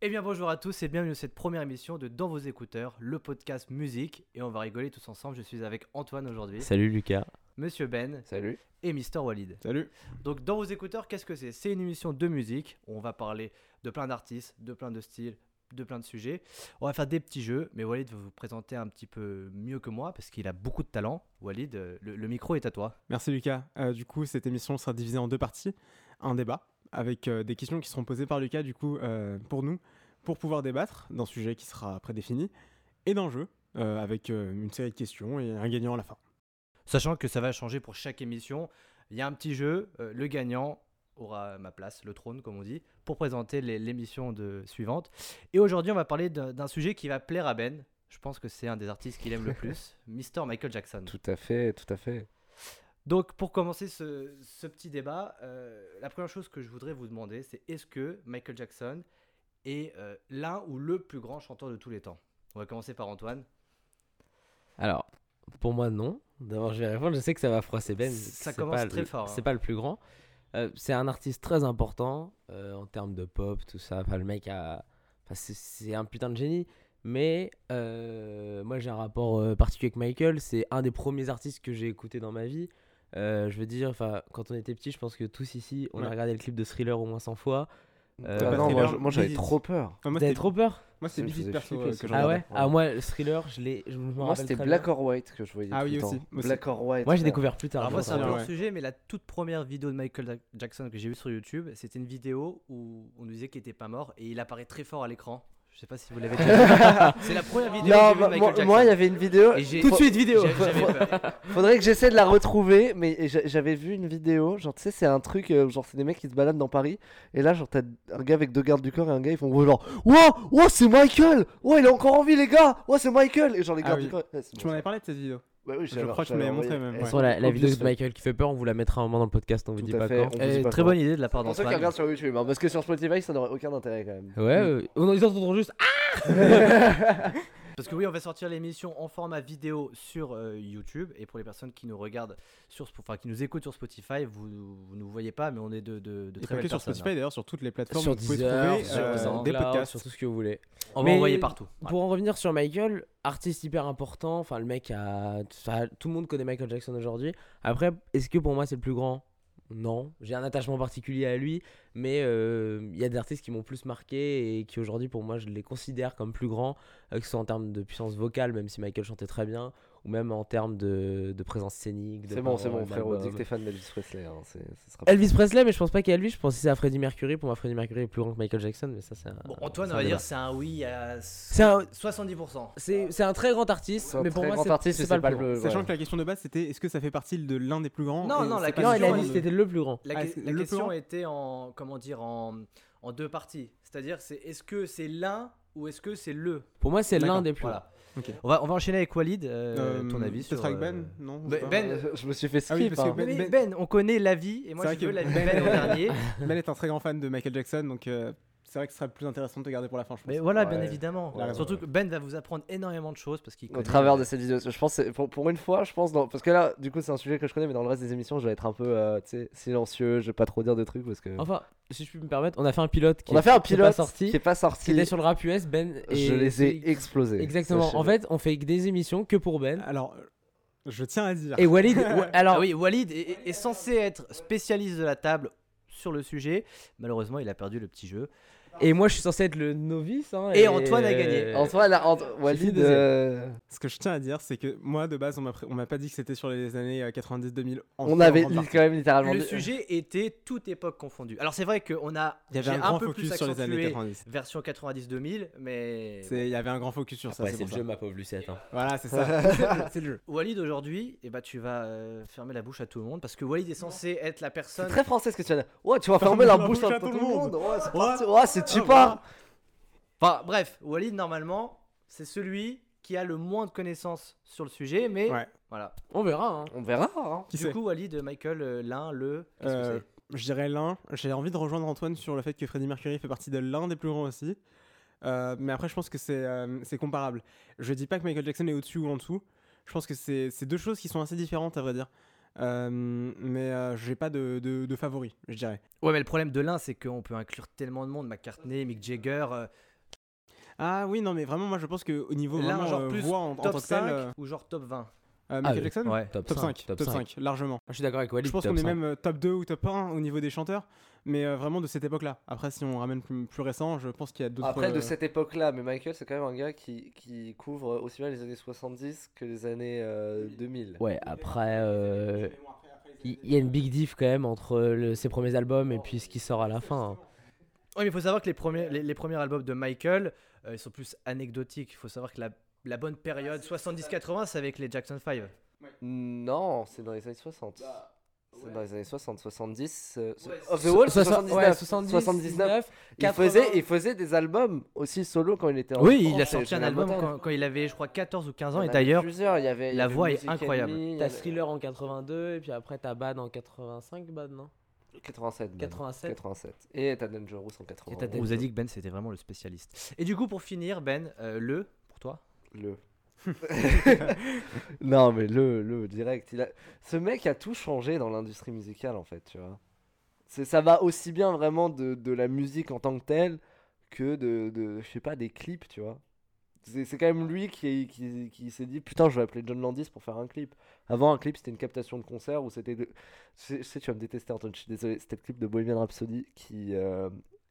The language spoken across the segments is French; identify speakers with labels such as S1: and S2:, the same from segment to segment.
S1: Eh bien bonjour à tous et bienvenue dans cette première émission de Dans vos écouteurs, le podcast musique. Et on va rigoler tous ensemble, je suis avec Antoine aujourd'hui,
S2: Salut Lucas.
S1: Monsieur Ben
S3: Salut.
S1: et Mister Walid.
S3: Salut.
S1: Donc dans vos écouteurs, qu'est-ce que c'est C'est une émission de musique, on va parler de plein d'artistes, de plein de styles, de plein de sujets. On va faire des petits jeux, mais Walid va vous présenter un petit peu mieux que moi parce qu'il a beaucoup de talent. Walid, euh, le, le micro est à toi.
S3: Merci Lucas. Euh, du coup, cette émission sera divisée en deux parties. Un débat avec euh, des questions qui seront posées par Lucas, du coup, euh, pour nous, pour pouvoir débattre d'un sujet qui sera prédéfini, et d'un jeu euh, avec euh, une série de questions et un gagnant à la fin.
S1: Sachant que ça va changer pour chaque émission, il y a un petit jeu, euh, le gagnant aura ma place, le trône comme on dit, pour présenter les- l'émission de- suivante. Et aujourd'hui on va parler d'un d'un sujet qui va plaire à Ben, je pense que c'est un des artistes qu'il aime le plus, Mister Michael Jackson.
S4: Tout à fait, tout à fait.
S1: Donc pour commencer ce, ce petit débat, euh, la première chose que je voudrais vous demander c'est est-ce que Michael Jackson est euh, l'un ou le plus grand chanteur de tous les temps On va commencer par Antoine.
S2: Alors, pour moi, non. D'abord, je vais répondre. Je sais que ça va froisser Ben.
S1: Ça
S2: que c'est
S1: commence
S2: pas
S1: très
S2: le-
S1: fort, hein.
S2: C'est pas le plus grand. Euh, c'est un artiste très important euh, en termes de pop, tout ça. Enfin, le mec a. enfin, c'est- c'est un putain de génie. Mais euh, moi, j'ai un rapport euh, particulier avec Michael. C'est un des premiers artistes que j'ai écouté dans ma vie. Euh, je veux dire, enfin, quand on était petit, je pense que tous ici, on a
S3: Ouais.
S2: regardé le clip de Thriller au moins 100 fois. Euh,
S3: T'as pas
S4: Bah non,
S3: fait
S4: moi,
S3: leur
S4: je- moi, j'avais
S3: visite.
S4: trop peur.
S3: Enfin, moi,
S2: T'avais
S3: c'était
S2: trop peur
S3: moi, c'était
S4: Ça me
S3: Big Hit
S4: faisait
S3: perso
S4: flipper,
S3: euh,
S4: ce
S3: que je
S4: genre
S2: Ah
S4: regardais.
S2: ouais Ah, moi, le Thriller, je l'ai. je me
S4: Moi,
S2: rappelle
S4: c'était
S2: très
S4: Black
S2: bien.
S4: or White que je voyais.
S3: Ah
S4: tout
S3: oui,
S4: le
S3: aussi,
S4: temps.
S3: aussi.
S4: Black or White. euh.
S2: Moi, j'ai
S4: frère.
S2: découvert plus tard.
S1: Alors Ah, moi, c'est un
S3: Ouais,
S1: peu
S3: ouais.
S1: un sujet, mais la toute première vidéo de Michael Jack- Jackson que j'ai vue sur YouTube, c'était une vidéo où on nous disait qu'il était pas mort et il apparaît très fort à l'écran. Je sais pas si vous l'avez déjà vu. C'est la première vidéo que j'ai
S4: Non,
S1: vue de
S4: bah,
S1: Michael
S4: moi,
S1: Jackson.
S4: moi, il y avait une vidéo.
S1: Et j'ai-
S4: Faut-
S1: Tout de
S2: suite, vidéo.
S1: J'ai- j'avais peur.
S4: Faudrait que j'essaie de la retrouver, mais j'a- j'avais vu une vidéo. Genre, tu sais, c'est un truc, euh, genre, c'est des mecs qui se baladent dans Paris. Et là, genre, t'as un gars avec deux gardes du corps et un gars, ils font genre, Wow, wow, c'est Michael! Wow, il est encore en vie, les gars! Wow, c'est Michael! Et genre, les
S3: Ah
S4: gardes
S3: oui.
S4: du corps. Ouais, c'est
S3: Tu
S4: bon,
S3: m'en
S4: ça.
S3: avais parlé de cette vidéo.
S4: Ouais, oui,
S3: je
S4: j'avais-
S3: crois que tu
S4: j'avais
S3: m'avais montré
S4: envoyé.
S3: même,
S2: De
S3: ouais.
S4: Eh,
S2: toute façon, la, la vidéo de
S4: Obviously.
S2: Michael qui fait peur, on vous la mettra un moment dans le podcast, on vous
S4: Tout
S2: dit
S4: à
S2: pas
S4: fait,
S2: quand.
S4: on vous dit
S1: Eh,
S4: pas
S1: Très
S4: quand.
S1: bonne idée de la part
S4: C'est pour ça qu'ils
S1: d'Antoine.
S4: regardent sur YouTube, hein, parce que sur Spotify, ça n'aurait aucun intérêt quand même.
S2: Ouais, euh, on ils entendront juste. Ah
S1: Parce que oui, on va sortir l'émission en format vidéo sur euh, YouTube. Et pour les personnes qui nous regardent sur, Sp- enfin qui nous écoutent sur Spotify, vous, vous nous voyez pas, mais on est de, de, de
S3: Et
S1: très
S3: pas que
S1: belles
S3: sur
S1: personnes.
S3: Spotify,
S1: hein.
S3: d'ailleurs, sur toutes les plateformes,
S2: sur
S3: vous pouvez
S2: Deezer,
S3: trouver
S2: sur
S3: euh,
S2: SoundCloud,
S3: des podcasts.
S2: sur tout ce que vous voulez.
S1: On va
S2: Mais
S1: envoyer partout.
S2: Pour en revenir sur Michael, artiste hyper important, enfin le mec a. enfin, tout le monde connaît Michael Jackson aujourd'hui. Après, est-ce que pour moi c'est le plus grand Non. J'ai un attachement particulier à lui, mais euh, il y a des artistes qui m'ont plus marqué et qui aujourd'hui pour moi je les considère comme plus grands, euh, que ce soit en termes de puissance vocale, même si Michael chantait très bien, ou même en termes de, de présence scénique. de
S4: C'est bon, c'est
S2: parole,
S4: bon, frérot. Dis
S2: d'album.
S4: que t'es fan d'Elvis Presley. Hein, c'est, ce sera
S2: Elvis Presley, mais je pense pas qu'à lui, je pensais à Freddie Mercury. Pour moi, Freddie Mercury est plus grand que Michael Jackson, mais ça, c'est un.
S1: Bon, Antoine, on
S2: c'est un
S1: va dire
S2: débat.
S1: c'est un oui à
S2: un-
S1: 70%.
S2: C'est c'est un très grand artiste,
S4: C'est un
S2: mais pour
S4: très
S2: moi,
S4: grand
S2: c'est-
S4: artiste,
S2: c'est
S4: mais
S2: pas, le plus
S4: le-
S3: Sachant
S4: ouais.
S3: que la question de base, c'était est-ce que ça fait partie de l'un des plus grands
S1: Non,
S3: et
S1: non, la
S3: c'est pas
S2: grand.
S1: question,
S2: Non, il a
S3: sûr,
S2: dit
S1: elle
S3: euh,
S2: que c'était le plus grand.
S1: La,
S3: Ah,
S1: que-
S3: est-ce que
S1: la
S3: le
S1: question
S3: plan
S1: était en comment dire en, en deux parties. C'est-à-dire c'est est-ce que c'est l'un ou est-ce que c'est le
S2: Pour moi, c'est l'un
S3: D'accord,
S2: des plus grands.
S1: Voilà.
S3: Ok.
S1: On va on va enchaîner avec Walid. euh,
S3: euh,
S1: ton avis sur
S3: Peut-être avec
S1: euh,
S3: Ben Non je
S1: Ben-
S3: sais pas.
S1: Ben,
S4: Euh, Je me suis fait
S3: Ah oui,
S4: skip.
S3: parce que
S4: hein.
S1: Mais- mais ben,
S3: Ben-
S1: on connaît l'avis et moi
S3: C'est
S1: je
S3: vrai
S1: veux
S3: que
S1: l'avis de Ben
S3: Ben-
S1: en dernier.
S3: Mel est un très grand fan de Michael Jackson, donc euh, c'est vrai que ce serait plus intéressant de te garder pour la fin, je pense.
S1: Mais voilà, bien
S4: Ouais.
S1: évidemment.
S4: Ouais,
S1: Surtout
S4: ouais.
S1: que Ben va vous apprendre énormément de choses parce qu'il
S4: Au
S1: connaît-
S4: travers de cette vidéo, je pense que c'est- pour, pour une fois, je pense dans- parce que là, du coup, c'est un sujet que je connais, mais dans le reste des émissions, je vais être un peu euh, tu sais, silencieux, je vais pas trop dire de trucs parce que
S2: Enfin, si je puis me permettre, on a fait un pilote qui
S4: on a fait un
S2: qui est
S4: pilote
S2: pas sorti,
S4: qui est pas sorti.
S2: qui était sur le rap US. Ben et
S4: Je les ai
S2: celui-
S4: explosés.
S2: Exactement. En
S4: Sachez-le.
S2: fait, on fait des émissions que pour Ben.
S3: Alors, euh, je tiens à dire.
S2: Et Walid,
S1: Ah
S2: alors,
S1: oui, Walid est, est- est censé être spécialiste de la table sur le sujet. Malheureusement, il a perdu le petit jeu.
S2: et moi, je suis censé être le novice. hein,
S1: Et Antoine a gagné.
S4: Antoine, là, Ant- Walid,
S2: deuxième.
S4: euh,
S3: Ce que je tiens à dire, c'est que moi, de base, on m'a pré- on m'a pas dit que c'était sur les années euh, 90-2000. en
S4: on
S3: fait,
S4: avait
S3: en grande
S4: li-
S3: partie.
S4: quand même littéralement.
S1: Le
S4: dit-
S1: sujet était toute époque confondue. Alors c'est vrai qu'on a
S3: Il y avait
S1: j'ai
S3: un grand
S1: peu plus
S3: focus sur les années
S1: accentué
S3: 90.
S1: version 90-2000, mais
S3: C'est- Il y avait un grand focus sur ça.
S2: Ouais,
S3: c'est
S2: c'est le
S3: pour
S2: jeu,
S3: ça.
S2: ma pauvre Lucette. hein.
S3: Voilà, c'est ça. c'est le jeu.
S1: bah, Walid aujourd'hui, eh ben, tu vas euh, fermer la bouche à tout le monde parce que Walid est censé être la
S4: C'est
S1: personne.
S4: très français ce que tu viens de dire. Ouais, tu vas fermer la bouche à tout le monde. Ouais, c'est parti. Ouais, c'est tu
S3: Ah,
S4: pars.
S1: Enfin bref, Walid normalement, c'est celui qui a le moins de connaissances sur le sujet, mais
S3: Ouais.
S1: voilà.
S2: On verra. hein.
S4: On verra. hein.
S3: Qui
S1: du
S3: sait
S1: coup, Walid, Michael, euh, l'un, le. qu'est-ce que
S3: Euh,
S1: c'est
S3: Je dirais l'un. J'ai envie de rejoindre Antoine sur le fait que Freddie Mercury fait partie de l'un des plus grands aussi. Euh, mais après, je pense que c'est euh, c'est comparable. Je dis pas que Michael Jackson est au-dessus ou en dessous. Je pense que c'est c'est deux choses qui sont assez différentes, à vrai dire. Euh, mais euh, j'ai pas de, de, de favori, je dirais.
S1: Ouais, mais le problème de l'un, c'est qu'on peut inclure tellement de monde, McCartney, Mick Jagger. euh,
S3: Ah oui, non, mais vraiment, moi je pense qu'au niveau
S1: Là,
S3: vraiment,
S1: genre
S3: euh,
S1: plus
S3: voix en, en tant
S1: Top
S3: que tel,
S1: 5
S3: euh,
S1: ou genre top 20
S3: euh, Michael
S2: Ah oui.
S3: Jackson
S1: Ouais.
S2: Top,
S3: Top 5,
S2: Top,
S3: top
S2: 5.
S3: 5, largement.
S2: Je suis d'accord avec Walid.
S3: Je pense
S2: top
S3: qu'on est
S2: 5.
S3: même euh, top 2 ou top 1 au niveau des chanteurs, mais euh, vraiment de cette époque-là. Après, si on ramène plus, plus récent, je pense qu'il y a d'autres.
S4: Après, de
S3: euh,
S4: cette époque-là, mais Michael, c'est quand même un gars qui, qui couvre aussi bien les années 70 que les années euh, 2000.
S2: Ouais, après, euh, il il y, a une big diff quand même entre le- ses premiers albums et puis ce qui sort à la fin. hein.
S1: Oui, mais il faut savoir que les premiers, les, les premiers albums de Michael, euh, ils sont plus anecdotiques. Il faut savoir que la, la bonne période 70-80, c'est avec les Jackson 5.
S4: Non, c'est dans les années 60.
S1: Bah,
S4: C'est dans les années 60, 70. euh, ce- Off the
S2: So-
S4: Wall, c'est
S2: soixante-
S4: 79.
S2: ouais, 70, 79.
S4: Il, faisait, il faisait des albums aussi solo quand il était en
S1: Oui,
S4: France,
S1: il a
S4: Oh, c'est-
S1: sorti
S4: c'est
S1: un
S4: la
S1: album
S4: montagne.
S1: quand, quand il avait, je crois, 14 ou 15
S4: Il y en
S1: ans. Et
S4: avait
S1: d'ailleurs,
S4: plusieurs, il y avait- il y
S1: la
S4: avait
S1: voix est
S4: Music
S1: incroyable.
S4: Enemy, il y
S2: T'as
S4: avait-
S2: Thriller en 82, et puis après t'as Bad en 85, Bad non
S4: 87. même.
S2: 87.
S4: 87. Et t'as Dangerous en 80.
S2: t'as
S1: on
S2: Dan-
S1: vous a dit que Ben, c'était vraiment le spécialiste. Et du coup, pour finir, Ben, euh, le, pour toi
S4: Le. non, mais le, le direct. Il a... Ce mec a tout changé dans l'industrie musicale, en fait, tu vois. C'est, ça va aussi bien vraiment de, de la musique en tant que telle que de, de je sais pas, des clips, tu vois. C'est, c'est quand même lui qui, qui, qui s'est dit Putain, je vais appeler John Landis pour faire un clip. Avant, un clip, c'était une captation de concert où c'était. De... Je, sais- je sais, tu vas me détester, Anton, je suis désolé. C'était le clip de Bohemian Rhapsody qui, euh,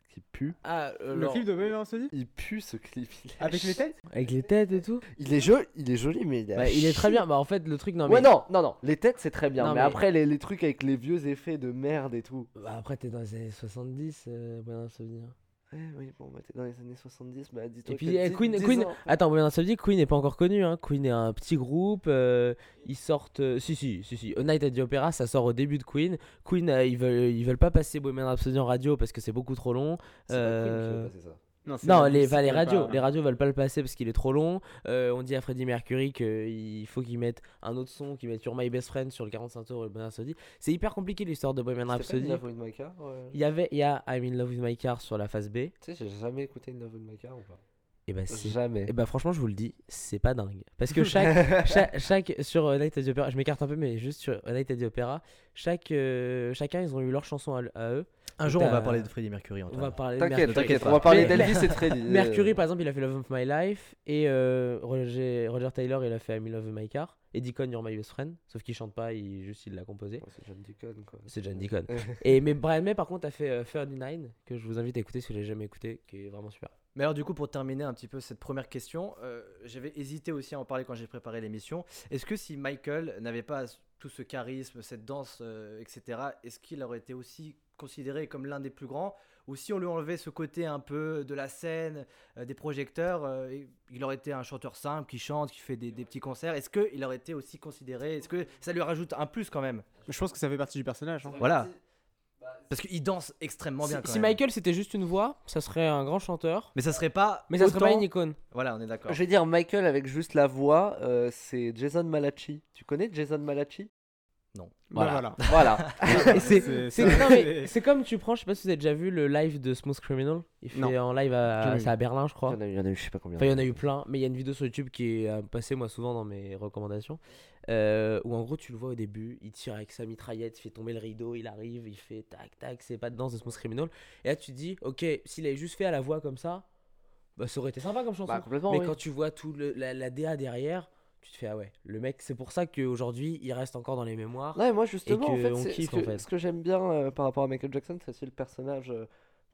S4: qui pue.
S2: Ah, euh,
S3: Le
S2: alors,
S3: clip de Bohemian Rhapsody
S4: Il pue ce clip. il est
S3: Avec les têtes
S2: Avec les têtes et tout
S4: Il est joli, il est joli, mais il est.
S2: Bah, Il est très bien. Bah, en fait, le truc, non mais.
S4: Ouais, non, non, non. Les têtes, c'est très bien.
S2: Non,
S4: mais,
S2: mais-
S4: après, les, les trucs avec les vieux effets de merde et tout.
S2: Bah, après, t'es dans les années 70, euh, Bohemian Rhapsody. hein.
S4: Eh oui, bon, bah, t'es dans les années 70, bah,
S2: Et
S4: dis-toi. que
S2: puis, eh,
S4: dix-
S2: Queen.
S4: dix
S2: Queen...
S4: ans-
S2: Attends, Bohemian Rhapsody, Queen n'est pas encore connu. Hein. Queen est un petit groupe. euh, ils sortent. euh, Si, si, si, si. A Night at the Opera, ça sort au début de Queen. Queen, euh, ils, veulent, ils veulent pas passer Bohemian Rhapsody en radio parce que c'est beaucoup trop long.
S4: C'est pas Queen qui
S2: Euh,
S4: veut passer ça.
S3: c'est
S2: Non,
S3: pas-
S2: les,
S3: c'est
S2: bah, les
S3: pas-
S2: radios, les radios veulent pas le passer parce qu'il est trop long. Euh, on dit à Freddie Mercury qu'il faut qu'il mette un autre son, qu'il mette Your My Best Friend sur le 45 tours et le Bohemian Rhapsody. C'est hyper compliqué l'histoire de Bohemian
S4: C'était pas
S2: Rhapsody.
S4: une Love with My Car ouais.
S2: Il y avait, il y a I'm in love with my car sur la face B.
S4: Tu sais, j'ai jamais écouté une Love with My Car ou pas
S2: Et bah, c'est.
S4: Jamais.
S2: Et bah, franchement, je vous le dis, c'est pas dingue. Parce que chaque, chaque, chaque- sur euh, Night at the Opera, je m'écarte un peu, mais juste sur euh, Night at the Opera, chaque, euh, chacun, ils ont eu leur chanson à, à eux.
S1: Un jour, on
S2: T'as-
S1: va parler de Freddie Mercury.
S2: On
S1: Antoine.
S2: va parler de
S4: T'inquiète,
S2: Mercury.
S4: t'inquiète,
S1: pas.
S4: on va parler
S2: Mais-
S4: d'Elvis et de Freddy. euh,
S2: Mercury, par exemple, il a fait Love of My Life et euh, Roger, Roger Taylor, il a fait I'm in Love with My Car. Et Deacon, You're My Best Friend. Sauf qu'il chante pas, il, juste il l'a composé.
S4: Ouais, C'est John Deacon, quoi.
S2: C'est John Deacon. et, mais Brian May, par contre, a fait euh, 39, que je vous invite à écouter si vous l'avez jamais écouté, qui est vraiment super.
S1: Mais alors du coup, pour terminer un petit peu cette première question, euh, j'avais hésité aussi à en parler quand j'ai préparé l'émission. Est-ce que si Michael n'avait pas tout ce charisme, cette danse, euh, etc., est-ce qu'il aurait été aussi considéré comme l'un des plus grands Ou si on lui enlevait ce côté un peu de la scène, euh, des projecteurs, euh, et il aurait été un chanteur simple qui chante, qui fait des, des petits concerts. Est-ce qu'il aurait été aussi considéré Est-ce que ça lui rajoute un plus quand même
S3: Je pense que ça fait partie du personnage. hein.
S1: Voilà. Parce qu'il danse extrêmement
S2: Bah, Si,
S1: bien. Quand
S2: si
S1: même.
S2: Michael, c'était juste une voix, ça serait un grand chanteur.
S1: Mais ça serait pas.
S2: Mais ça serait pas
S1: autant-
S2: une icône.
S1: Voilà, on est d'accord.
S4: Je vais dire Michael avec juste la voix, euh, c'est Jason Malachi. Tu connais Jason Malachi
S3: Bah,
S2: Voilà.
S3: voilà.
S4: Voilà.
S2: Et c'est-
S3: C'est-
S2: c'est-
S3: c'est-
S2: non, mais c'est comme tu prends, je sais pas si vous avez déjà vu le live de Smooth Criminal. Il fait
S3: Non.
S2: en live à,
S3: Jamais
S2: c'est à Berlin, je
S4: Il y
S2: crois.
S4: en a eu, il y en a eu, je sais pas combien.
S2: Enfin, il y en a eu plein, mais il y a une vidéo sur YouTube qui est euh, passée moi souvent dans mes recommandations, euh, où en gros tu le vois au début, il tire avec sa mitraillette, il fait tomber le rideau, il arrive, il fait tac tac, c'est pas de danse de Smooth Criminal. Et là tu te dis, ok, s'il avait juste fait à la voix comme ça, bah, ça aurait été sympa comme chanson.
S4: Bah, complètement.
S2: mais
S4: oui.
S2: quand tu vois tout le- la, la DA derrière, tu te fais ah ouais, le mec, c'est pour ça qu'aujourd'hui il reste encore dans les mémoires.
S4: Ouais, moi justement, en
S2: que
S4: fait,
S2: on
S4: c'est-
S2: kiffe,
S4: ce que,
S2: en fait.
S4: ce que j'aime bien euh, par rapport à Michael Jackson, c'est aussi le personnage, euh,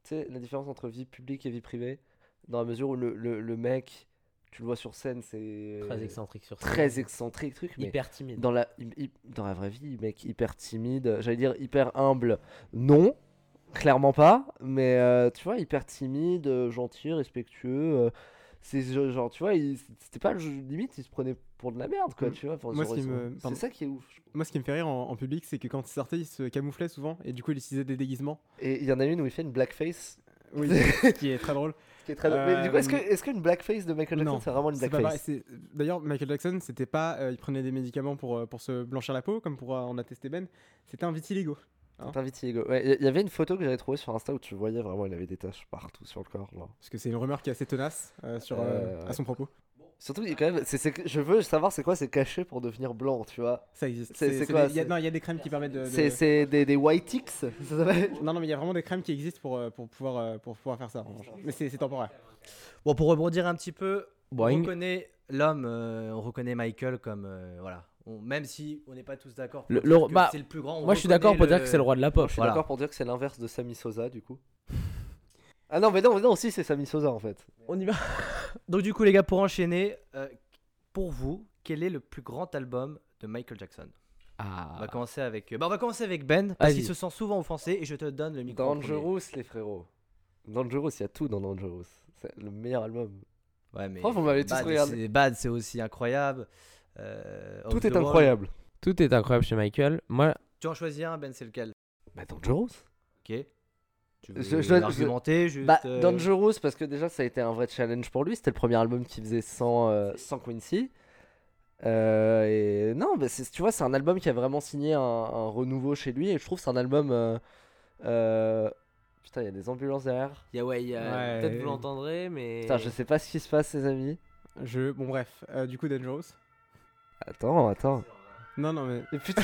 S4: tu sais, la différence entre vie publique et vie privée, dans la mesure où le, le, le mec, tu le vois sur scène, c'est euh,
S2: euh, Très excentrique sur scène.
S4: très excentrique, truc, mais
S2: hyper timide.
S4: dans la, hi- hi- dans la vraie vie, mec, hyper timide, j'allais dire hyper humble, non, clairement pas, mais euh, tu vois, hyper timide, euh, gentil, respectueux, euh, c'est ce genre, tu vois, il- c'était pas le jeu- limite, il se prenait pour de la merde, quoi,
S3: Mm.
S4: tu vois, enfin,
S3: Moi,
S4: genre,
S3: ce qui
S4: ils
S3: me-
S4: sont- c'est
S3: pardon.
S4: ça qui est ouf. je trouve.
S3: Moi, ce qui me fait rire en, en public, c'est que quand il sortait, il se camouflait souvent et du coup, il utilisait des déguisements.
S4: Et il y en a une où il fait une blackface
S3: Oui, ce qui est très drôle.
S4: Qui est très drôle. Mais du coup, est-ce que-
S3: Euh,
S4: est-ce qu'une blackface de Michael Jackson,
S3: non,
S4: c'est vraiment une
S3: C'est pas pareil,
S4: blackface
S3: c'est- D'ailleurs, Michael Jackson, c'était pas. euh, il prenait des médicaments pour, euh, pour se blanchir la peau, comme pour euh, en attester Ben. C'était un vitiligo. hein.
S4: T'as vitiligo. Ouais, il y- y avait une photo que j'avais trouvée sur Insta où tu voyais vraiment, il avait des taches partout sur le corps. genre.
S3: Parce que c'est une rumeur qui est assez tenace euh, sur, euh,
S4: Euh, ouais.
S3: à son propos.
S4: Surtout, il y a quand même, c'est- c'est que- je veux savoir c'est quoi, c'est caché pour devenir blanc, tu vois.
S3: Ça existe.
S4: C'est-
S3: C'est-
S4: c'est
S3: c'est
S4: quoi,
S3: des- il y a-
S4: c'est-
S3: Non, il y a des crèmes qui permettent de. de-
S4: C'est c'est des, des white ticks, ça s'appelle
S3: Non, non, mais il y a vraiment des crèmes qui existent pour, euh, pour, pouvoir, euh, pour pouvoir faire ça. en revanche. Mais c'est c'est temporaire.
S1: Bon, pour rebondir un petit peu, on
S2: Boing.
S1: reconnaît l'homme, euh, on reconnaît Michael comme. euh, voilà. On- même si on n'est pas tous d'accord. pour
S2: Le-
S1: dire
S2: le-
S1: que
S2: bah,
S1: c'est le plus grand. on
S2: Moi, je suis
S1: reconnaît
S2: d'accord pour dire que c'est le roi de la pop.
S4: Je suis
S1: Voilà.
S4: d'accord pour dire que c'est l'inverse de Sami Sosa du coup. Ah non mais non mais non si c'est Sami Sosa en fait.
S2: On y va.
S1: Donc, du coup, les gars, pour enchaîner, euh, pour vous, quel est le plus grand album de Michael Jackson On va commencer avec. bah, on va commencer avec Ben parce
S2: Ah. Vas-y.
S1: qu'il se sent souvent offensé et je te donne le micro. en premier.
S4: Dangerous les frérots. Dangerous il y a tout dans Dangerous. C'est le meilleur album.
S1: Ouais, mais
S4: Oh, vous m'avez tous
S1: Bad,
S4: regardé.
S1: c'est- Bad, c'est aussi incroyable. Euh, Off
S4: Tout
S1: the
S4: est
S1: Wall.
S4: incroyable.
S2: Tout est incroyable chez Michael. Moi,
S1: Tu en choisis un, Ben, c'est lequel
S4: Bah Dangerous.
S1: Ok. Tu veux
S4: Je- je-
S1: argumenter juste,
S4: Bah,
S1: euh,
S4: Dangerous, parce que déjà, ça a été un vrai challenge pour lui. C'était le premier album qu'il faisait sans, euh, sans Quincy. Euh, et non, bah, c'est- tu vois, c'est un album qui a vraiment signé un, un renouveau chez lui. Et je trouve que c'est un album. euh, euh, Putain, il y a des ambulances derrière.
S2: y a- ouais, y a-
S3: Ouais.
S2: peut-être vous l'entendrez, mais.
S4: Putain, je sais pas ce qui se passe, les amis.
S3: Je... Bon, bref. Euh, du coup, Dangerous.
S4: Attends, attends.
S3: Non, non, mais.
S4: Et putain,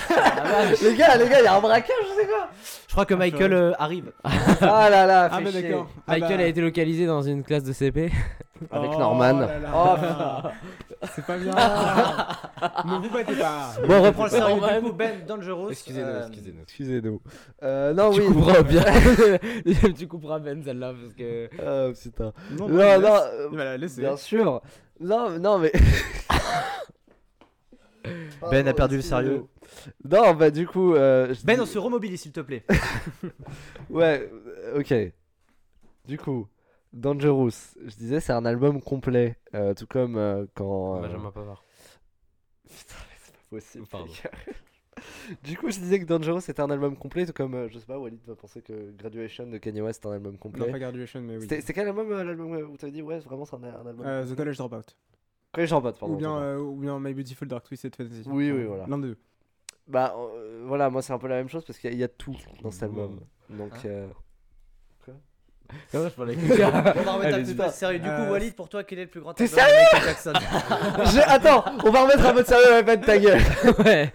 S4: les gars, les gars, il y a un braquage, je sais quoi.
S1: Je crois que
S3: Ah,
S1: Michael
S3: j'aurais-
S1: euh, arrive.
S4: Ah là là,
S3: Ah, mais
S4: fais chier.
S3: d'accord. Ah
S2: Michael
S3: bah,
S2: a été localisé dans une classe de CP.
S4: Avec
S3: oh
S4: Norman.
S3: là là. c'est pas bien. ne vous battez pas.
S4: Bon,
S1: Prends
S4: reprends
S1: le
S4: le
S1: sérieux du coup, Ben Dangerous. euh,
S4: Excusez-nous. Euh, non,
S2: tu
S4: oui.
S2: couperas bien. tu couperas Ben celle-là parce que.
S4: Euh, putain.
S3: Non,
S4: Non,
S3: laisse.
S4: non, euh,
S3: Il va la laisser.
S4: Bien sûr. Non, non, mais.
S1: Ben a perdu le sérieux.
S4: Non, bah du coup. euh, je
S1: Ben,
S4: dis-
S1: on se remobilise s'il te plaît.
S4: Ouais, euh, ok. Du coup, Dangerous, je disais, c'est un album complet. euh, tout comme euh, quand. euh,
S2: Benjamin Pavard.
S4: Putain, mais c'est pas possible.
S2: bah, Pardon.
S4: les gars. du coup, je disais que Dangerous c'était un album complet, tout comme, euh, je sais pas, Walid va penser que Graduation de Kanye West est un album
S3: Non,
S4: complet.
S3: pas Graduation, mais oui.
S4: C'était- c'est quel album, euh, l'album où t'as dit, ouais, vraiment, c'est un, un album.
S3: Euh, The College Dropout.
S4: College Dropout, pardon.
S3: Ou bien,
S4: pardon.
S3: euh, ou bien My Beautiful Dark Twisted Fantasy.
S4: Oui, oui, voilà.
S3: L'un des deux.
S4: Bah euh, voilà, moi c'est un peu la même chose parce qu'il y, a- il y a tout dans cet album.
S3: Mmh.
S4: Donc
S1: Hein
S4: euh,
S2: Comment je parlais avec
S1: on va remettre un
S4: Allez-y.
S1: petit peu de sérieux. Du coup,
S3: Euh,
S1: Walid, pour toi, quel est le plus grand
S4: T'es
S1: album de Michael Jackson
S4: j'ai- Attends, on va remettre un peu de sérieux à Ben ta gueule.
S2: Ouais.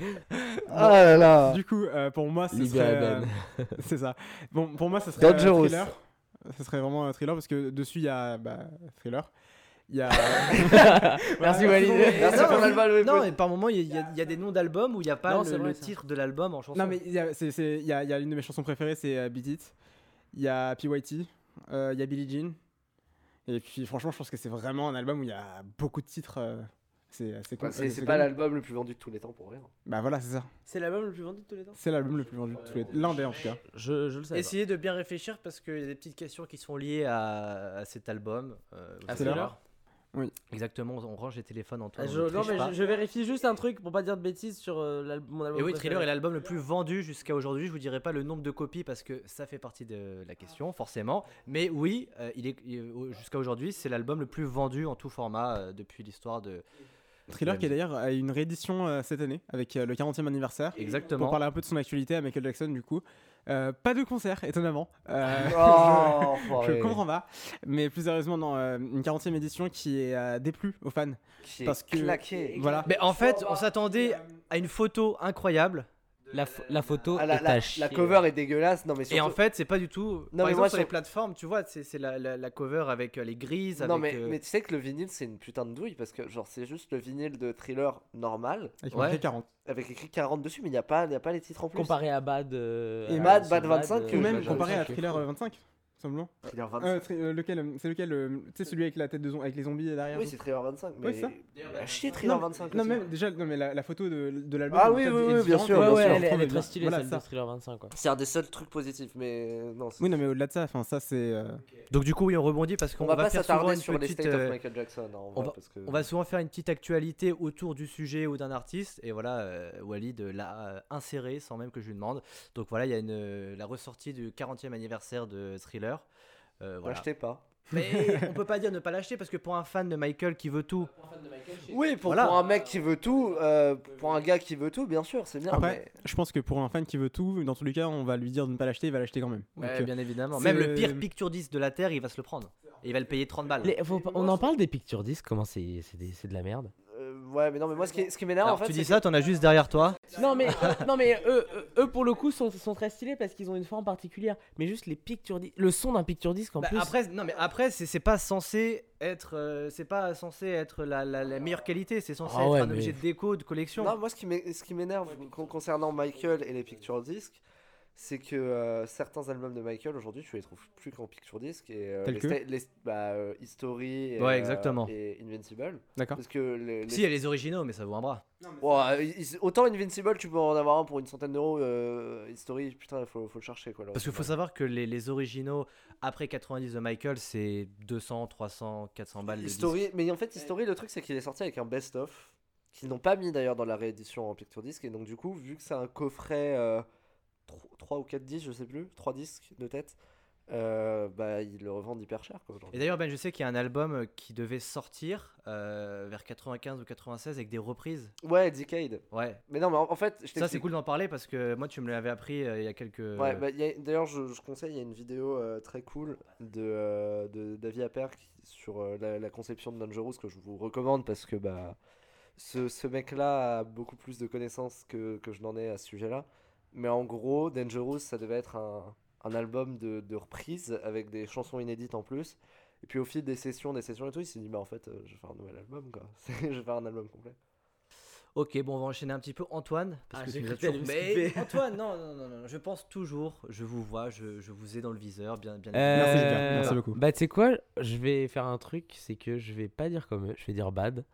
S4: Ah là là.
S3: Du coup, euh, pour moi, ce
S2: Libéré
S3: serait. euh, c'est ça. Bon, pour moi, ce serait. euh,
S4: Dangerous.
S3: thriller. Ce serait vraiment un thriller parce que dessus, il y a. Bah, thriller. Il y a.
S2: Merci,
S3: Voilà,
S2: Walid.
S3: c'est bon.
S4: Merci
S1: Non,
S4: pour
S1: mais-
S4: l'album.
S1: Non, mais par moment, il y, a- il y a des noms d'albums où il n'y a pas
S2: Non,
S1: le,
S2: c'est vrai,
S1: le
S2: ça.
S1: titre de l'album en chanson.
S3: Non, mais il y a, c'est- c'est- il y a, il y a une de mes chansons préférées, c'est euh, Beat It. Il y a PYT. euh, Il y a Billie Jean. Et puis, franchement, je pense que c'est vraiment un album où il y a beaucoup de titres. euh, c'est c'est cool.
S4: Bah,
S3: Euh,
S4: c'est c'est
S3: cool.
S4: pas l'album le plus vendu de tous les temps pour rien.
S3: Bah voilà, c'est ça.
S2: C'est l'album le plus vendu de tous les temps
S3: C'est l'album le plus vendu de tous les L'un des en tout cas.
S2: je, je le bah. savais.
S1: Essayez de bien réfléchir parce qu'il y a des petites questions qui sont liées à, à cet album. euh, vous
S2: À
S1: allez
S3: Thriller
S1: voir.
S3: Oui.
S1: Exactement, on range les téléphones,
S2: pas.
S1: Antoine.
S2: Ah,
S1: on
S2: je,
S1: ne
S2: non,
S1: triche
S2: mais
S1: pas.
S2: je, je vérifie juste un truc pour pas dire de bêtises sur euh, l'al- mon album.
S1: Et oui,
S2: préféré.
S1: Thriller est l'album le plus vendu jusqu'à aujourd'hui. Je vous dirai pas le nombre de copies parce que ça fait partie de la question, forcément. Mais oui, euh, il est il- au- jusqu'à aujourd'hui, c'est l'album le plus vendu en tout format euh, depuis l'histoire de.
S3: Thriller qui est
S1: musique.
S3: d'ailleurs a une réédition euh, cette année avec euh, le 40e anniversaire. Pour
S1: Exactement.
S3: parler un peu de son actualité à Michael Jackson du coup. Euh, pas de concert étonnamment. Euh,
S4: Oh,
S3: je- je,
S4: enfoiré.
S3: comprends pas. Mais plus sérieusement, non, euh, une 40e édition qui est euh, déplu aux fans.
S4: Qui est
S3: parce que-
S4: claqué.
S3: Voilà.
S1: Mais en fait, on s'attendait à une photo incroyable.
S2: La, pho- la photo
S4: Ah, la,
S2: est
S4: la-
S2: à
S4: la
S2: chier. hein.
S4: cover est dégueulasse. Non mais surtout.
S1: Et en fait, c'est pas du tout.
S4: mais
S1: Par exemple,
S4: moi,
S1: sur
S4: sur-
S1: les plateformes, tu vois, c'est c'est la, la- la cover avec euh, les grises.
S4: non
S1: avec,
S4: mais,
S1: euh,
S4: mais tu sais que le vinyle c'est une putain de douille parce que genre c'est juste le vinyle de thriller normal
S3: Avec
S1: Ouais.
S3: marqué 40.
S4: avec écrit 40 dessus mais il n'y a pas il y a pas les titres en plus.
S2: Comparé à Bad. bah, euh,
S3: Et
S2: à
S4: Bad,
S2: son
S4: Bad 25, que
S3: Ou
S4: je
S3: même
S4: l'ai
S3: comparé
S4: jamais
S3: à Thriller euh, 25, semblant.
S4: Thriller 25.
S3: Euh, thri- euh, lequel euh, C'est lequel euh, Tu sais celui avec la tête de zom- avec les zombies derrière
S4: Oui,
S3: tout
S4: c'est Thriller 25, mais.
S3: Oui, ça.
S4: Ah, chier, Thriller
S3: mais-
S4: 25.
S3: Non
S4: aussi.
S3: même déjà non mais la, la photo de, de l'album.
S4: Ah
S3: en
S4: oui,
S3: fait,
S4: oui,
S3: est
S4: oui, bien
S3: différente.
S4: sûr,
S2: Ouais,
S4: bien
S2: ouais,
S4: sûr.
S2: elle, est- elle est très
S3: Retrouve bien.
S2: stylée
S3: Voilà,
S2: celle
S3: ça.
S2: de Thriller 25. Quoi.
S4: C'est un des seuls trucs positifs, mais euh, non. c'est-
S3: Oui non mais au-delà de ça, enfin ça c'est. euh,
S1: Donc du coup, oui, on rebondit parce
S4: on,
S1: qu'on
S4: va,
S1: va,
S4: pas
S1: faire souvent
S4: s'attarder
S1: une
S4: sur les
S1: petite.
S4: State
S1: euh,
S4: of Michael Jackson. hein, en
S1: on
S4: vrai,
S1: va-
S4: parce que-
S1: On va souvent faire une petite actualité autour du sujet ou d'un artiste. Et voilà, euh, Walid euh, l'a euh, inséré sans même que je lui demande. Donc voilà, il y a une, euh, la ressortie du 40e anniversaire de Thriller. Euh, voilà.
S4: L'achetez pas.
S1: Mais on peut pas dire ne pas l'acheter parce que pour un fan de Michael qui veut tout,
S4: Oui, pour,
S1: Voilà.
S4: pour un mec qui veut tout, euh, pour un gars qui veut tout, bien sûr, c'est bien.
S3: Après,
S4: mais-
S3: je pense que pour un fan qui veut tout, dans tous les cas, on va lui dire de ne pas l'acheter, il va l'acheter quand même. Donc,
S1: ouais,
S3: euh,
S1: bien évidemment,
S3: c'est
S1: même le
S3: le-
S1: pire picture 10 de la Terre, il va se le prendre. Et il va le payer 30 balles.
S2: Les- faut pas- on en parle des Picture Disc, comment c'est c'est des- c'est de la merde
S4: euh, ouais, mais non, mais moi, ce qui, ce qui m'énerve, en
S1: Alors,
S4: fait,
S1: tu
S4: c'est
S1: dis ça, t'en as juste derrière toi.
S2: Non mais, euh, non, mais eux, eux- eux, pour le coup sont, sont très stylés parce qu'ils ont une forme particulière. Mais juste les pictures dis- le son d'un picture disque en
S1: Bah,
S2: plus.
S1: après, non, mais après, c'est c'est pas censé être, euh, c'est pas censé être la, la- la meilleure qualité. C'est censé
S2: Ah
S1: être
S2: ouais,
S1: un
S2: mais-
S1: objet de déco, de collection.
S4: Non, moi, ce qui m'é- ce qui m'énerve con- concernant Michael et les picture discs, c'est que euh, certains albums de Michael aujourd'hui, tu les trouves plus qu'en picture disc et euh,
S3: Tels
S4: les,
S3: que
S4: sta- les- bah, euh, History et,
S1: Ouais,
S4: euh,
S1: exactement.
S4: et Invincible.
S3: D'accord.
S4: Parce que les, les-
S1: Si, il y a les originaux, mais ça vaut un bras.
S4: Ouah, euh, is- autant Invincible, tu peux en avoir un pour une centaine d'euros. euh, History, putain, faut, faut le chercher quoi.
S1: Parce qu'il faut
S4: l'original.
S1: savoir que les, les originaux après 90 de Michael, c'est 200, 300, 400 balles. de disque.
S4: History, mais en fait, History, le truc, c'est qu'il est sorti avec un best-of qu'ils n'ont pas mis d'ailleurs dans la réédition en picture disc. Et donc, du coup, vu que c'est un coffret 3, ou 4 disques, je sais plus, 3 disques de tête, euh, bah ils le revendent hyper cher quoi.
S1: Et
S4: aujourd'hui.
S1: d'ailleurs, Ben, je sais qu'il y a un album euh, qui devait sortir euh, vers 95 ou 96 avec des reprises.
S4: Ouais, Decade.
S1: Ouais.
S4: Mais non, mais en, en fait, je
S1: Ça, c'est
S4: t'explique.
S1: cool d'en parler parce que moi, tu me l'avais appris euh, il y a quelques.
S4: Ouais, bah, il y a- d'ailleurs, je, je conseille, il y a une vidéo euh, très cool de, euh, de David Appert qui- sur euh, la, la conception de Dangerous que je vous recommande parce que bah, ce, ce mec-là a beaucoup plus de connaissances que, que je n'en ai à ce sujet-là. Mais en gros, Dangerous, ça devait être un, un album de, de reprises avec des chansons inédites en plus. Et puis au fil des sessions, des sessions et tout, il s'est dit, bah en fait, euh, je vais faire un nouvel album, quoi. je vais faire un album complet.
S1: Ok, bon, on va enchaîner un petit peu. Antoine, parce
S2: Ah,
S1: que
S2: j'ai
S1: tu nous as
S2: cru que t'allais
S1: toujours-
S2: me
S1: Mais Antoine, non, non, non, non, je pense toujours, je vous vois, je, je vous ai dans le viseur, bien, bien.
S3: Merci,
S1: évidemment.
S3: Lucas. Merci
S2: Euh,
S3: beaucoup.
S2: Bah tu sais quoi, je vais faire un truc, c'est que je vais pas dire comme eux, je vais dire bad.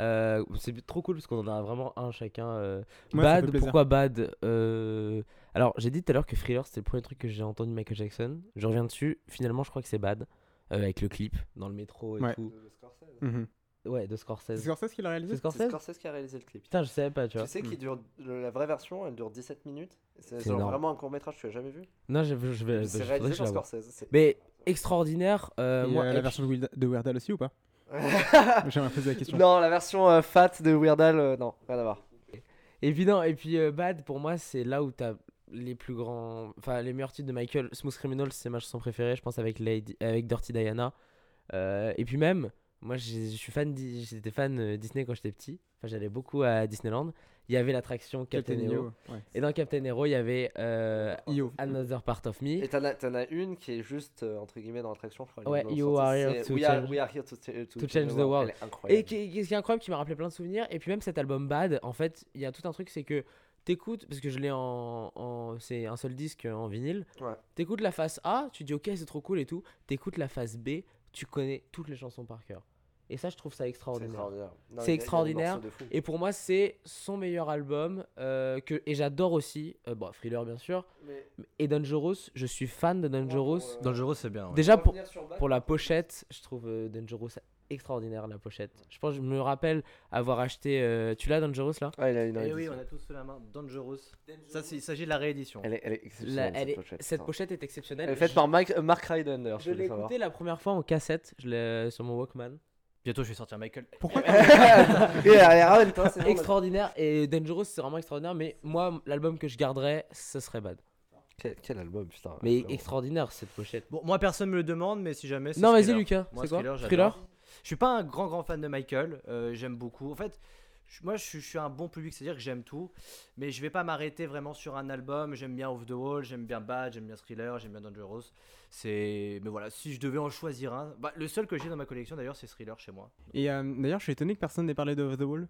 S2: Euh, c'est trop cool parce qu'on en a vraiment un chacun. euh,
S3: Ouais, ça fait
S2: bad,
S3: plaisir.
S2: pourquoi bad Euh, Alors j'ai dit tout à l'heure que Thriller c'était le premier truc que j'ai entendu de Michael Jackson. Je reviens dessus, finalement je crois que c'est bad. euh, avec le clip dans le métro et
S3: Ouais.
S2: tout.
S4: Scorsese.
S3: Mhm.
S2: Ouais, de Scorsese.
S3: C'est Scorsese qui l'a réalisé
S2: C'est Scorsese
S4: C'est Scorsese qui a réalisé le clip.
S2: Putain, je savais pas, tu vois.
S4: Tu sais
S3: Mm.
S4: qu'il dure le- la vraie version, elle dure 17 minutes. C'est
S2: C'est
S4: genre
S2: énorme.
S4: vraiment un court métrage, tu l'as jamais vu.
S2: Non, je, je vais. je-
S4: c'est
S2: faudrait que
S4: réalisé
S2: je
S4: par
S2: la vois.
S4: Scorsese. c'est-
S2: Mais extraordinaire. euh,
S3: Et,
S2: moi,
S3: euh,
S2: et
S3: la
S2: puis-
S3: version de Weird- de Weird Al aussi ou pas J'aimerais poser la question.
S4: non, la version euh, fat de Weird Al, euh, non, rien à voir.
S2: Et puis non, et puis euh, Bad, pour moi, c'est là où t'as les plus grands. Enfin, les meilleurs titres de Michael. Smooth Criminal, c'est ma chanson préférée, je pense, avec, Lady... avec Dirty Diana. Euh, et puis même, moi, j'ai- je suis fan. Di- J'étais fan euh, Disney quand j'étais petit. Enfin, j'allais beaucoup à Disneyland. Il y avait l'attraction Captain, Hero.
S3: Ouais.
S2: Et dans Captain Hero, il y avait euh,
S3: Io.
S2: Another Part of Me.
S4: Et t'en as, t'en as une qui est juste, euh, entre guillemets, dans l'attraction, je crois.
S2: Ouais,
S4: ils l'ont
S2: You
S4: sorti,
S2: are here
S4: c'est
S2: to
S4: we, are,
S2: change-
S4: we are here to, t- to
S2: to change the world.
S4: Elle est incroyable.
S2: Et qui, qui- ce qui est incroyable, qui m'a rappelé plein de souvenirs. Et puis même cet album Bad, en fait, il y a tout un truc, c'est que t'écoutes, parce que je l'ai en, en- c'est un seul disque euh, en vinyle.
S4: Ouais.
S2: T'écoutes la face A, tu dis ok c'est trop cool et tout. T'écoutes la face B, tu connais toutes les chansons par cœur. Et ça, je trouve ça
S4: C'est
S2: extraordinaire.
S4: extraordinaire. Non, il y
S2: C'est
S4: a- il y a des
S2: extraordinaire.
S4: morceaux de fou.
S2: Et pour moi, c'est son meilleur album euh, que et j'adore aussi. euh, bon, Thriller bien sûr.
S4: Mais
S2: Et Dangerous, je suis fan de Dangerous.
S4: pour, euh,
S1: Dangereux, c'est bien. ouais.
S2: Déjà
S4: pour
S2: pour
S4: revenir sur Bad,
S2: pour la pochette, je trouve euh, Dangerous extraordinaire la pochette. Je pense, je me rappelle avoir acheté. euh, tu l'as Dangerous là
S4: Ouais, il a une
S1: Eh oui,
S4: réédition.
S1: on a tous sous la main Dangerous. Ça, c'est- il s'agit de la réédition.
S4: Elle est, elle est
S2: La-
S4: exceptionnelle,
S2: elle est-
S4: cette pochette. putain.
S2: est exceptionnelle.
S4: Elle est faite
S2: Je-
S4: par Mike- euh, Mark Ryden, d'ailleurs,
S2: Je
S4: je voulais
S2: l'ai
S4: savoir.
S2: écoutée la première fois en cassette, je l'ai euh, sur mon Walkman.
S1: Bientôt, je vais sortir Michael.
S3: Pourquoi
S4: Et elle est Aaron, toi, c'est bon, là.
S2: Extraordinaire et Dangerous, c'est vraiment extraordinaire. Mais moi, l'album que je garderais, ce serait Bad.
S4: Quel, quel album, putain.
S2: Mais
S4: vraiment.
S2: extraordinaire cette pochette.
S1: Bon, moi, personne me le demande, mais si jamais. c'est
S2: Non, vas-y
S1: Thriller.
S2: Lucas,
S1: Moi,
S2: c'est quoi
S1: Thriller, j'adore. Je suis pas un grand grand fan de Michael, euh, j'aime beaucoup. En fait, je- moi je, suis- je suis un bon public, c'est-à-dire que j'aime tout, mais je vais pas m'arrêter vraiment sur un album. J'aime bien Off the Wall, j'aime bien Bad, j'aime bien Thriller, j'aime bien Dangerous. C'est, mais voilà, si je devais en choisir un, bah, le seul que j'ai dans ma collection d'ailleurs, c'est Thriller chez moi.
S3: Et euh, d'ailleurs, je suis étonné que personne n'ait parlé de Off the Wall.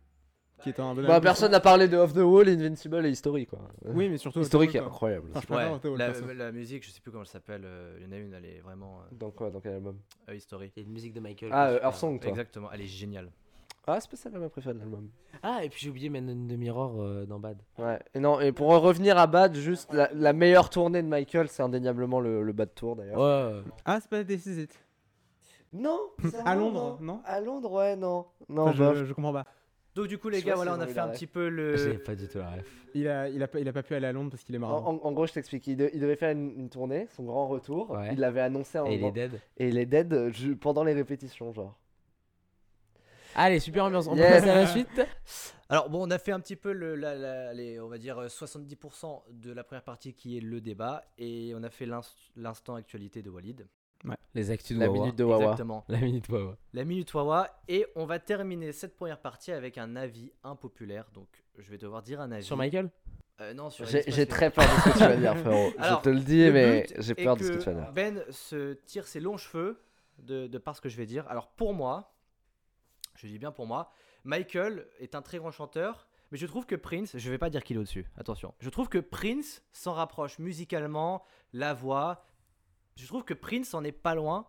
S3: Qui est un bon
S4: Bah,
S3: album.
S4: personne n'a parlé de Off the Wall, Invincible et History, quoi.
S3: Oui, mais surtout. Off the
S4: Historique est
S3: Wall, quoi.
S4: incroyable.
S3: Enfin, je préfère Off the Wall,
S1: la,
S3: perso.
S1: la musique, je sais plus comment elle s'appelle. euh, Il y en a une, elle est vraiment euh,
S4: Dans quoi Dans quel album
S1: euh, historique.
S2: Il y a une musique de Michael.
S4: Ah,
S2: qui est
S4: euh,
S2: super.
S4: Earth Song, toi.
S1: Exactement, elle est géniale.
S4: Ah, c'est pas celle-là ma préférée de l'album.
S2: Ah, et puis j'ai oublié Man in the Mirror euh, dans Bad.
S4: Ouais. Et non, et pour en revenir à Bad, juste la, la meilleure tournée de Michael, c'est indéniablement le, le Bad Tour d'ailleurs.
S2: Ouais.
S3: Ah, c'est pas This Is It.
S4: Non
S3: À Londres, non
S4: À Londres, ouais, non. Non,
S3: Enfin,
S4: bof.
S3: je, je comprends pas.
S1: Donc du coup les
S4: Je
S1: gars,
S4: vois
S1: voilà,
S4: si
S1: on a
S4: j'ai
S1: fait un
S4: envie
S1: petit peu
S2: J'ai
S1: le.
S2: pas du tout la ref.
S3: Il a, il, a, pas- il a pas pu aller à Londres parce qu'il est
S4: En,
S3: marrant.
S4: en- en gros, je t'explique, il, de- il devait faire une, une tournée, son grand retour.
S2: Ouais.
S4: Il l'avait annoncé en
S2: Et il est dead.
S4: et il est dead euh, ju- pendant les répétitions, genre.
S2: Allez, super ambiance. On
S4: Yes.
S2: passe à la suite.
S1: Alors bon, on a fait un petit peu le, la- la- les- on va dire euh, 70% de la première partie qui est le débat et on a fait l'inst- l'instant actualité de Walid.
S2: Les actus de
S4: La
S2: Wawa.
S4: minute de Wawa.
S1: Exactement.
S2: La minute Wawa.
S1: La minute Wawa. Et on va terminer cette première partie avec un avis impopulaire. Donc, je vais devoir dire un avis.
S2: Sur Michael
S1: Euh, Non, sur
S4: J'ai
S1: Elvis
S4: j'ai
S1: Presley.
S4: très peur de ce que tu vas dire, frérot.
S1: Alors,
S4: je te le dis,
S1: Le
S4: mais
S1: but
S4: j'ai
S1: est
S4: peur de ce que
S1: que
S4: tu vas dire.
S1: Ben se tire ses longs cheveux de, de par ce que je vais dire. Alors pour moi, je dis bien pour moi, Michael est un très grand chanteur, mais je trouve que Prince, je vais pas dire qu'il est au-dessus, attention. Je trouve que Prince s'en rapproche musicalement, la voix. Je trouve que Prince en est pas loin.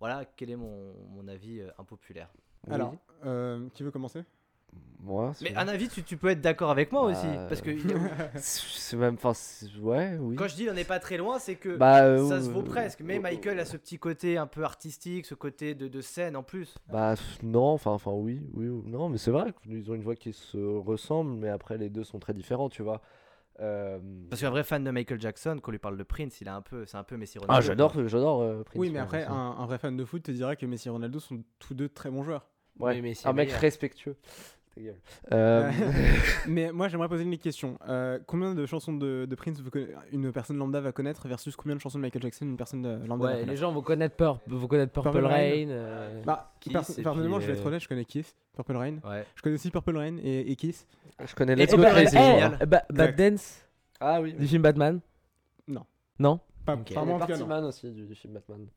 S1: Voilà, quel est mon, mon avis euh, impopulaire.
S4: Oui,
S3: Alors, euh, qui veut commencer
S4: moi, c'est-
S1: Mais un avis, tu, tu peux être d'accord avec moi aussi.
S4: Bah,
S1: Parce que il-
S4: c'est même. Enfin, c'est- ouais, oui.
S1: quand je dis on n'est pas très loin, c'est que
S4: Bah, euh,
S1: ça se
S4: euh,
S1: vaut presque. Mais
S4: euh,
S1: Michael a ce petit côté un peu artistique, ce côté de, de scène en plus.
S4: Bah pff, non, enfin enfin oui, oui, ou- non, mais c'est vrai qu'ils ont une voix qui se ressemble, mais après les deux sont très différents, tu vois. Euh,
S1: Parce qu'un vrai fan de Michael Jackson, quand on lui parle de Prince, il a un peu, c'est un peu Messi Ronaldo.
S4: Ah j'adore, j'adore. euh, Prince,
S3: Oui, mais
S4: ouais,
S3: après,
S4: ça.
S3: un, un vrai fan de foot te dira que Messi et Ronaldo sont tous deux très bons joueurs.
S4: Ouais,
S2: Oui, mais c'est
S4: un mec
S2: meilleur.
S4: respectueux. Ta gueule. Euh,
S3: mais moi, j'aimerais poser une question. Euh, combien de chansons de, de Prince vous conna- une personne lambda va connaître versus combien de chansons de Michael Jackson une personne euh, lambda va
S2: Ouais, les
S3: connaître
S2: gens vont connaître Purple, vont connaître Purple
S3: Purple Rain.
S2: Rain. euh,
S3: bah,
S2: Kiss,
S3: perso-
S2: et puis,
S3: personnellement, je vais être
S2: euh,
S3: honnête, je connais Kiss, Purple Rain.
S1: Ouais.
S3: Je connais aussi Purple Rain et, et Kiss.
S4: je connais
S2: Et
S4: les
S1: Let's Go
S2: bah,
S1: Crazy,
S2: eh,
S1: génial.
S2: eh, bah, Bad
S3: Ouais.
S2: Dance
S4: Ah oui.
S2: du film Batman
S3: Non.
S2: Non
S3: Pas,
S2: Ok.
S3: pas
S4: Enfin,
S3: moi, en tout cas, non.
S4: Batman aussi du, du film Batman.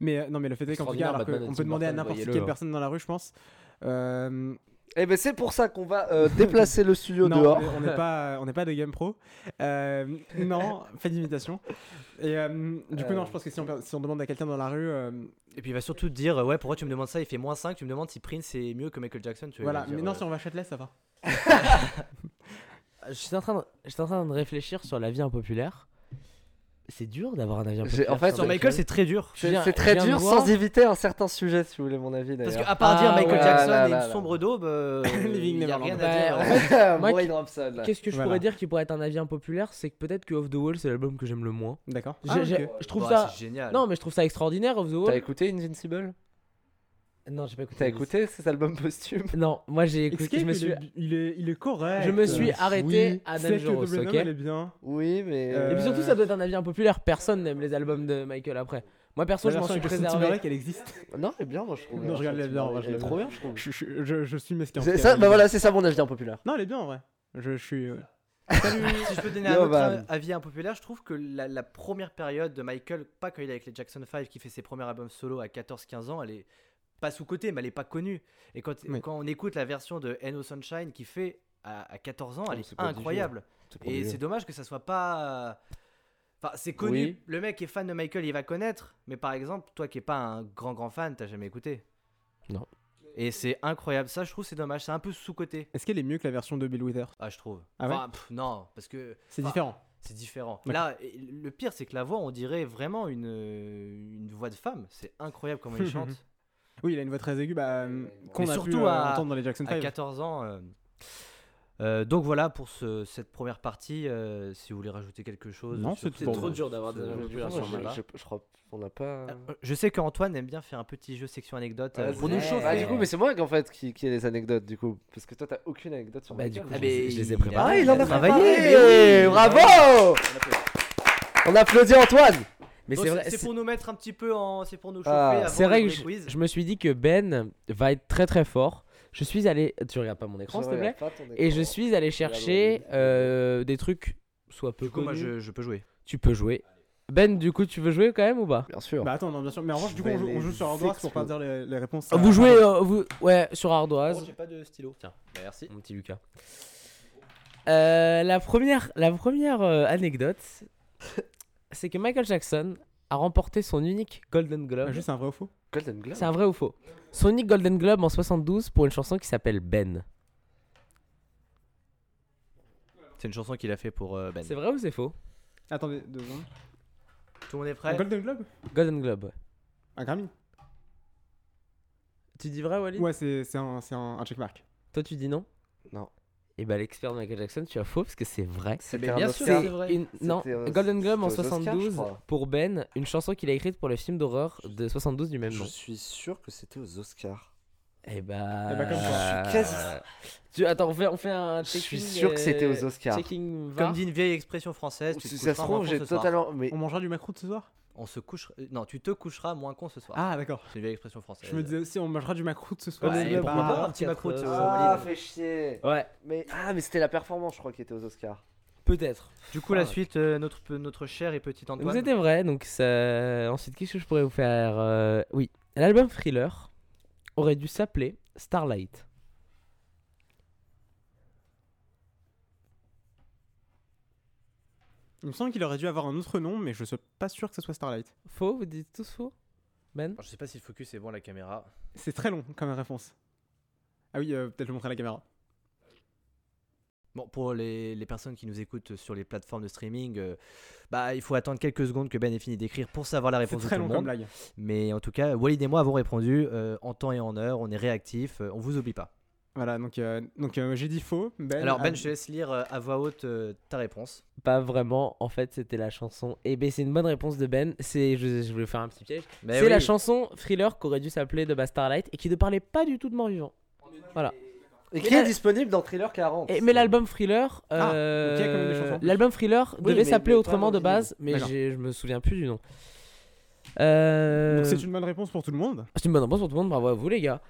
S3: Mais euh, non, mais le fait est qu'en tout
S2: Extraordinaire,
S3: cas, alors que
S2: Batman et
S3: on peut
S2: Tim
S3: demander à
S2: Burton,
S3: n'importe quelle
S2: voyez-le.
S3: personne dans la rue, je pense. Euh,
S4: Eh ben c'est pour ça qu'on va euh, déplacer le studio
S3: non,
S4: dehors.
S3: on n'est pas, on n'est pas des game pro. Euh, non, pas d'imitation. Et euh, du coup,
S4: Euh.
S3: non, je pense que si on, si on demande à quelqu'un dans la rue, euh,
S1: Et puis il va surtout te dire, euh, ouais, pourquoi tu me demandes ça Il fait moins 5, tu me demandes si Prince est mieux que Michael Jackson. Tu vas
S3: voilà.
S1: lui dire,
S3: Mais non,
S1: euh,
S3: si on va à Châtelet, ça va.
S2: Euh, J'étais en, train de, j'étais en train de réfléchir sur l'avis impopulaire. C'est dur d'avoir un avis impopulaire.
S4: en fait,
S1: Sur Michael, c'est très dur.
S2: Je
S4: C'est
S2: viens-
S4: c'est très
S2: je viens de
S4: dur
S2: voir-
S4: sans éviter un certain sujet si vous voulez mon avis
S1: Parce
S4: d'ailleurs.
S1: qu'à part dire
S2: Ah,
S1: Michael
S2: ouais.
S1: Jackson
S4: Ah, là,
S1: et
S4: là,
S1: une
S4: là.
S1: sombre daube, euh,
S3: Living
S1: il y a
S3: Neverland.
S1: rien
S2: Bah,
S1: à
S2: en
S1: dire.
S2: fait, moi,
S4: Brian Robson, là.
S2: Qu'est-ce que je
S3: Voilà.
S2: pourrais dire qui pourrait être un avis impopulaire C'est que peut-être que Off the Wall, c'est l'album que j'aime le moins.
S3: D'accord.
S2: J'ai-
S3: Ah, ok.
S2: j'ai- Je trouve
S1: Bah,
S2: ça.
S1: c'est génial.
S2: Non, mais je trouve ça extraordinaire, Off the
S4: T'as
S2: Wall.
S4: écouté Invincible
S2: Non, j'ai pas écouté.
S4: T'as écouté cet album posthume
S2: Non, moi j'ai écouté.
S3: Escape,
S2: Je me
S3: il,
S2: suis,
S3: est, il, est, il est correct.
S2: je me suis
S4: oui.
S2: arrêté à
S3: Safe to the
S2: Dangerous,
S3: Blue
S2: ok
S3: Note, elle est bien.
S4: Oui, mais
S3: Euh,
S2: Et puis surtout, ça doit être un avis impopulaire. Personne n'aime les albums de Michael après. Moi perso,
S3: La
S2: je m'en
S3: version
S2: suis
S3: avec Justin
S2: préservé.
S3: Timberlake, elle existe.
S4: Non, elle est bien, moi je trouve.
S3: Non, je regarde les
S4: Effectivement,
S3: bien, moi, je
S4: elle est
S3: l'aime
S4: trop
S3: bien.
S4: bien, je trouve.
S3: Je, je- je- je suis mesquin. en tout
S4: C'est
S3: cas,
S4: ça,
S3: elle
S4: bah
S3: est
S4: voilà, c'est ça mon avis impopulaire.
S3: bien. Non, elle est bien en vrai. Je suis. euh,
S1: si je peux donner un
S4: Yo,
S1: autre
S4: man.
S1: avis impopulaire, je trouve que la, la première période de Michael, pas quand il est avec les Jackson 5, qui fait ses premiers albums solo à 14-15 ans, elle est pas sous-cotée, mais elle est pas connue. Et quand,
S3: Oui.
S1: quand on écoute la version de No Sunshine qui fait à, à 14 ans,
S4: Oh,
S1: elle est
S4: c'est prodigieux.
S1: incroyable. Et c'est dommage que ça soit pas. Enfin, c'est connu.
S4: Oui.
S1: Le mec est fan de Michael, il va connaître. Mais par exemple, toi qui n'es pas un grand grand fan, t'as jamais écouté.
S2: Non.
S1: Et c'est incroyable. Ça, je trouve, c'est dommage. C'est un peu sous-coté.
S3: Est-ce qu'elle est mieux que la version de Bill Withers
S1: Ah, je trouve.
S3: Ah ouais
S1: Enfin, pff, non, parce que.
S3: C'est
S1: Enfin,
S3: différent.
S1: C'est différent.
S3: D'accord.
S1: Là, et le pire, c'est que la voix, on dirait vraiment une, une voix de femme. C'est incroyable comment il chante.
S3: Oui, il a une voix très aiguë, bah, euh, qu'on
S1: Mais
S3: a pu
S1: surtout
S3: euh,
S1: à-
S3: entendre dans les Jackson
S1: à
S3: 5.
S1: 14 ans. euh. Euh, donc voilà pour ce- cette première partie. euh, si vous voulez rajouter quelque chose.
S3: Non,
S1: sur
S3: c'est
S1: ce-
S3: trop Bon,
S2: dur d'avoir
S1: des avis
S4: Je,
S1: impopulaires sur Michael.
S4: je, je crois qu'on n'a pas.
S1: Euh, Je sais qu'Antoine aime bien faire un petit jeu section anecdote euh,
S4: Ouais,
S1: pour
S4: c'est-
S1: nous
S2: ouais.
S1: chauffer.
S4: Ah, du coup, mais c'est moi en fait qui, qui ai les anecdotes du coup. Parce que toi, t'as aucune anecdote sur
S2: Bah,
S4: Michael.
S2: du coup,
S1: Ah,
S2: je
S1: mais
S2: les- je les ai
S1: il a-
S2: préparés.
S4: Ah, il en a
S1: travaillé,
S4: travaillé
S1: mais oui.
S4: Bravo On applaudit Antoine
S2: Mais
S1: Donc,
S2: c'est vrai.
S1: c'est
S2: c'est-
S1: pour nous mettre un petit peu en. C'est pour nous chauffer.
S4: Ah.
S1: avant
S2: C'est vrai
S1: le
S2: que
S1: vrai
S2: je,
S1: quiz.
S2: je me suis dit que Ben va être très très fort. Je suis allé. Tu regardes pas mon écran, s'il te plaît. Et je suis allé chercher euh, des trucs soit peu
S1: Du coup, moi,
S2: connus.
S1: je, je peux jouer.
S2: Tu peux jouer. Ben, du coup, tu veux jouer quand même ou pas
S4: Bien sûr.
S3: Bah attends, non, bien sûr. Mais en revanche, du coup,
S4: vais
S3: on joue, on
S4: les
S3: joue sur Hogwarts pour
S4: exploser.
S3: pas dire les, les réponses. à-
S2: Vous jouez, euh, vous, ouais, sur ardoise.
S1: j'ai pas de stylo. Tiens, merci.
S2: Mon petit Lucas. Euh, la première, la première euh, anecdote, c'est que Michael Jackson a remporté son unique Golden
S3: Ah,
S2: Globe.
S3: Juste un vrai ou faux
S4: Golden Globe.
S2: C'est un vrai ou faux Son unique Golden Globe en 72 pour une chanson qui s'appelle Ben.
S1: C'est une chanson qu'il a fait pour euh, Ben.
S2: C'est vrai ou c'est faux
S3: Attendez, deux secondes.
S1: Tout le monde est
S3: Un
S1: prêt
S3: Golden Globe
S2: Golden Globe. ouais.
S3: Un Grammy
S2: Tu dis vrai, Wally
S3: Ouais, c'est c'est un, c'est un, un checkmark.
S2: Toi, tu dis non
S4: Non.
S2: Et bah, l'expert de Michael Jackson, tu as faux parce que c'est vrai.
S4: C'était
S1: Mais
S4: un
S1: bien sûr,
S4: Oscar.
S1: c'est vrai.
S2: Une- Non,
S4: C'était, euh,
S2: Golden Globe en
S4: c'était aux Oscars, je
S2: 72
S4: crois.
S2: pour Ben, une chanson qu'il a écrite pour le film d'horreur de 72 du même
S4: Je
S2: nom.
S4: suis sûr que c'était aux Oscars.
S2: Et bah.
S3: Eh bah, comme
S4: ça. Je suis quasi-
S2: Tu... Attends, on fait, on fait un
S4: Je suis
S2: checking,
S4: sûr que c'était
S2: euh,
S4: aux Oscars.
S2: Checking
S1: Comme
S2: var.
S1: dit une vieille expression française, tu te
S4: Oh, Si ça se
S1: coucheras en
S4: trouve,
S1: renfort
S4: j'ai
S1: ce soir.
S4: totalement. Mais
S3: On mangera du maquereau ce soir
S1: on se couchera. euh, Non, tu te coucheras moins con ce soir.
S3: Ah, d'accord.
S1: C'est une vieille expression française.
S3: Je me disais aussi, on mangera du macroute ce soir.
S1: Euh,
S3: bah,
S1: Ouais,
S3: s'il vous
S1: pourquoi
S3: plaît.
S1: pas bah, un petit
S2: quatre,
S1: macro de
S2: euh,
S1: ce
S4: Ah,
S1: Valide.
S4: fait chier.
S2: Ouais,
S4: Mais ah, mais c'était la performance, je crois, qui était aux Oscars.
S2: peut-être.
S1: Du coup,
S2: Ah,
S1: la
S2: ouais.
S1: suite, euh, notre, pe- notre cher et petit Antoine.
S2: Donc c'était vrai, donc ça... ensuite qu'est-ce que je pourrais vous faire Euh, Oui, l'album Thriller aurait dû s'appeler Starlight.
S3: Il me semble qu'il aurait dû avoir un autre nom, mais je suis pas sûr que ce soit Starlight.
S2: Faux, vous dites tous faux Ben
S1: Alors, je sais pas si le focus est bon la caméra.
S3: C'est très long comme réponse. Ah oui, euh, peut-être le montrer à la caméra.
S1: Bon, pour les, les personnes qui nous écoutent sur les plateformes de streaming, euh, bah, il faut attendre quelques secondes que Ben ait fini d'écrire pour savoir la
S3: C'est
S1: réponse de tout
S3: très
S1: le
S3: long comme
S1: monde.
S3: blague.
S1: Mais en tout cas, Walid et moi avons répondu euh, en temps et en heure. On est réactif, on vous oublie pas.
S3: Voilà, donc, euh, donc euh, j'ai dit faux. Ben
S1: Alors Ben,
S3: a-
S1: je te laisse lire euh, à voix haute euh, ta réponse.
S2: Pas vraiment, en fait c'était la chanson. Et ben c'est une bonne réponse de Ben, c'est... Je, je voulais faire un petit piège.
S1: Mais
S2: c'est
S1: Ben
S2: la
S1: oui.
S2: chanson Thriller qu'aurait dû s'appeler de bas Starlight et qui ne parlait pas du tout de mort-vivant. Voilà.
S4: Et
S2: Mais
S4: qui
S2: là-
S4: est disponible dans Thriller 40.
S2: Et- mais l'album Thriller,
S3: Ah,
S2: euh,
S3: donc il y a quand même des chansons.
S2: l'album Thriller
S4: Oui,
S2: devait
S4: mais-
S2: s'appeler
S4: mais pas
S2: autrement de
S4: dans le
S2: base, mais
S3: D'accord.
S2: j'ai- je me souviens plus du nom. Euh,
S3: Donc
S1: Euh.
S3: c'est une bonne réponse pour tout le monde.
S2: C'est une bonne réponse pour tout le monde, bravo à vous les gars.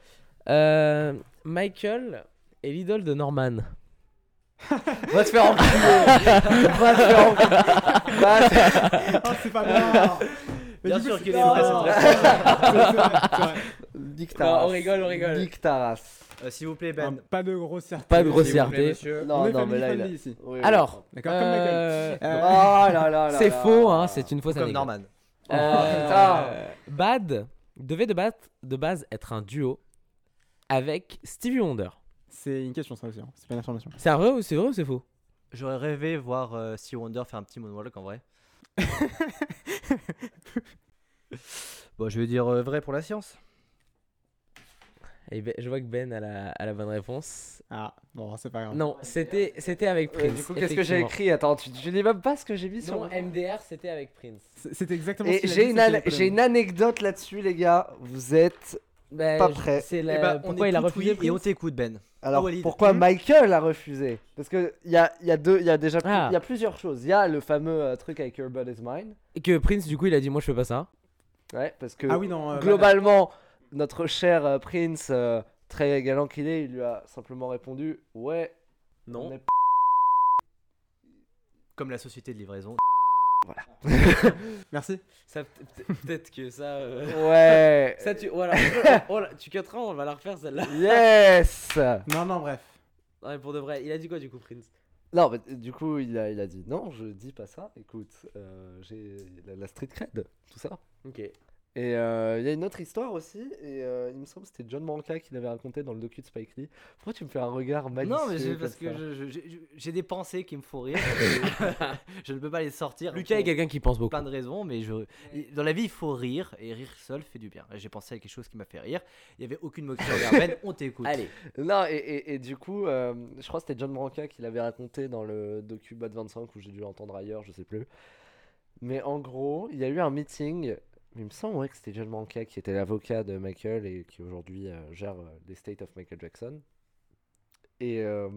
S2: Euh, Michael est l'idole de Norman.
S4: Va te faire enculer. Va te faire enculer. Va te-
S3: Ah, c'est pas bon Mais
S1: Bien
S3: du coup,
S1: sûr
S3: c'est-
S1: qu'il
S4: est
S1: est vrai,
S4: non.
S1: c'est vrai.
S3: C'est vrai, c'est vrai.
S4: Nique ta
S2: Non, on
S4: race.
S2: rigole, on rigole.
S4: Nique ta race.
S1: Euh, S'il vous plaît,
S3: Ah,
S1: Ben.
S3: Pas de grossièreté.
S2: Pas de
S3: s'il vous plaît,
S2: grossièreté.
S3: monsieur.
S4: Non,
S3: On est
S4: non,
S3: family
S4: mais là, il a-
S3: friendly ici.
S4: Oui, oui.
S2: Alors,
S3: D'accord, comme ma gueule.
S2: euh,
S4: Oh
S3: Euh,
S4: là là là
S2: c'est
S4: là.
S2: faux, hein, c'est une fausse
S1: Comme
S2: anecdote.
S1: Norman.
S4: Oh,
S2: Euh, Bad devait de, base- de base être un duo avec Stevie Wonder.
S3: C'est une question, ça aussi. hein. C'est pas une information.
S2: C'est un vrai ou c'est vrai ou c'est faux
S1: J'aurais rêvé voir euh, Steve Wonder faire un petit moonwalk en vrai. bon, je vais dire euh, vrai pour la science.
S2: Et ben- Je vois que Ben a la, a la bonne réponse.
S3: Ah, bon, c'est pas grave.
S2: Non, c'était c'était avec
S4: Ouais,
S2: Prince.
S4: du coup, qu'est-ce que j'ai
S2: effectivement.
S4: écrit Attends, tu, tu lis même pas ce que j'ai mis sur
S2: Non, MDR, c'était avec Prince.
S3: C'est c'est exactement ce
S4: Et
S3: qu'il a
S4: j'ai
S3: dit,
S4: une,
S3: c'est
S4: ane-
S3: qu'il est
S4: j'ai une anecdote là-dessus, les gars. Vous êtes.
S2: Ben,
S4: Pas
S2: je-
S4: prêt.
S2: C'est
S1: Eh
S2: la...
S1: ben, on
S2: pourquoi il a
S1: écoute,
S2: refusé
S1: oui, et on
S2: Prince
S1: t'écoute Ben.
S4: Alors,
S1: Walid.
S4: pourquoi
S1: Hmm.
S4: Michael a refusé Parce qu'il y a, y, a deux- y a déjà plus-
S2: Ah.
S4: y a plusieurs choses. Il y a le fameux euh, truc avec Your Blood is Mine.
S2: Et que Prince, du coup, il a dit Moi, je fais pas ça.
S4: Ouais, parce que
S3: prenant. Ah oui, non. euh,
S4: globalement, notre cher euh, Prince, euh, très galant qu'il est, il lui a simplement répondu Ouais, on est
S1: Comme la société de livraison.
S3: Merci.
S2: Ça, peut- peut- Peut-être que ça. euh,
S4: Ouais.
S2: Ça, tu. Voilà. Oh là, tu cutteras, on va la refaire celle-là.
S4: Yes
S3: Non, non, bref.
S2: Non, mais pour de vrai, il a dit quoi, du coup, Prince
S4: Non, mais, euh, du coup, il a, il a dit non, je dis pas ça. Écoute, euh, j'ai la, la street cred, tout ça.
S2: Ok.
S4: Et euh, il y a une autre histoire aussi, et euh, il me semble que c'était John Manca qui l'avait raconté dans le docu de Spike Lee. Pourquoi tu me fais un regard malicieux
S1: non, mais c'est
S4: comme
S1: parce que
S4: ça
S1: je- je- je- j'ai des pensées qui me font rire. je ne peux pas les sortir.
S2: Lucas est
S1: pour-
S2: quelqu'un qui pense beaucoup.
S1: plein de raisons, mais je... il- dans la vie, il faut rire, et rire seul fait du bien. Là, J'ai pensé à quelque chose qui m'a fait rire. Il n'y avait aucune moquerie envers Ben, on t'écoute.
S2: Allez.
S4: Non, et, et- et du coup, euh, je crois que c'était John Branca qui l'avait raconté dans le docu Bad 25 ou j'ai dû l'entendre ailleurs, je sais plus. Mais en gros, il y a eu un meeting. Il me semble ouais, que c'était John Branca qui était l'avocat de Michael et qui aujourd'hui euh, gère euh, l'estate of Michael Jackson. Et euh,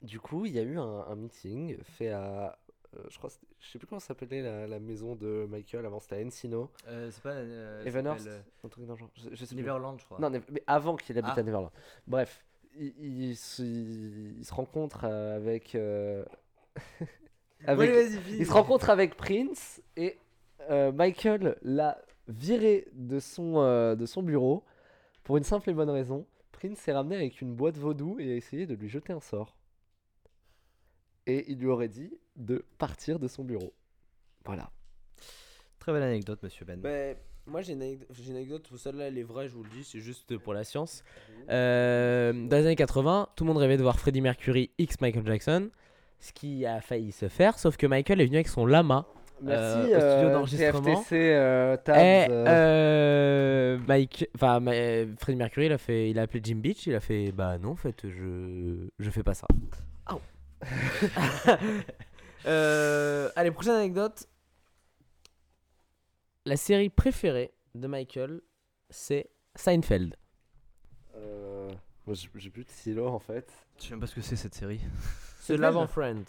S4: du coup, il y a eu un, un meeting fait à. euh, je crois, que c'était- je sais plus comment ça s'appelait la, la maison de Michael avant, c'était à Encino.
S1: Euh, c'est pas. euh, ça
S4: Evanhurst
S1: s'appelle,
S4: Un truc dans le genre. Je, je
S1: euh,
S4: sais plus.
S1: Neverland, je crois.
S4: Non, Nev- mais avant qu'il habite
S1: Ah.
S4: à Neverland. Bref, il, il se, il se rencontre euh, avec. euh, avec- il se rencontre avec Prince et euh, Michael l'a viré de son, euh, de son bureau pour une simple et bonne raison. Prince s'est ramené avec une boîte vaudou et a essayé de lui jeter un sort. Et il lui aurait dit de partir de son bureau. Voilà.
S1: Très belle anecdote, monsieur Ben.
S2: Ben, moi j'ai une, anecdo- j'ai une anecdote, où celle-là elle est vraie, je vous le dis, c'est juste pour la science. Euh, dans les années 80, tout le monde rêvait de voir Freddie Mercury X Michael Jackson, ce qui a failli se faire, sauf que Michael est venu avec son lama.
S4: Merci,
S2: au studio
S4: euh,
S2: d'enregistrement.
S4: TFTC, euh, Tabs,
S2: Et Eh,
S4: euh,
S2: euh, Mike, enfin, Ma- euh, Freddie Mercury, il a, fait, il a appelé Jim Beach, il a fait Bah non, en fait, je, je fais pas ça.
S3: Oh.
S2: Au. Euh, allez, prochaine anecdote. La série préférée de Michael, c'est Seinfeld.
S4: euh, moi, J'ai j'ai plus de silo en fait.
S1: Je sais même pas ce que c'est cette série.
S2: C'est Love and Friends.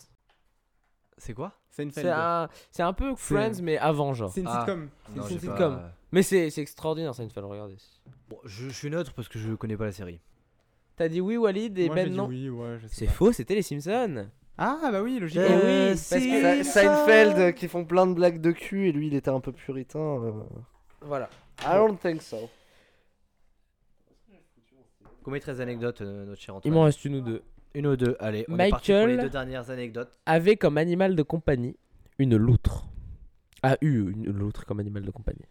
S1: C'est quoi
S3: Seinfeld.
S2: C'est un, c'est un peu Friends, mais avant, genre.
S3: C'est une
S1: Ah.
S3: sitcom.
S1: Non,
S3: une
S1: j'ai
S3: sitcom.
S1: pas-
S2: Mais c'est c'est extraordinaire, Seinfeld, regardez.
S1: Bon, je, je suis neutre parce que je connais pas la série.
S2: T'as dit oui, Walid, et
S3: Moi, j'ai
S2: Ben
S3: dit
S2: non.
S3: oui, ouais, je sais
S2: C'est
S3: pas.
S2: faux, c'était les Simpsons.
S3: Ah, bah oui, logique.
S2: Eh oui, parce que-
S4: Sa- Seinfeld euh, qui font plein de blagues de cul et lui il était un peu puritain. euh.
S2: Voilà.
S4: I don't think so.
S1: Combien 13 anecdotes, euh, notre cher
S2: Il
S1: Antoine
S2: m'en reste une ou deux.
S1: Une ou deux, allez. On est parti pour les
S2: Michael-
S1: deux dernières anecdotes.
S2: Avait comme animal de compagnie une loutre. A eu une loutre comme animal de compagnie.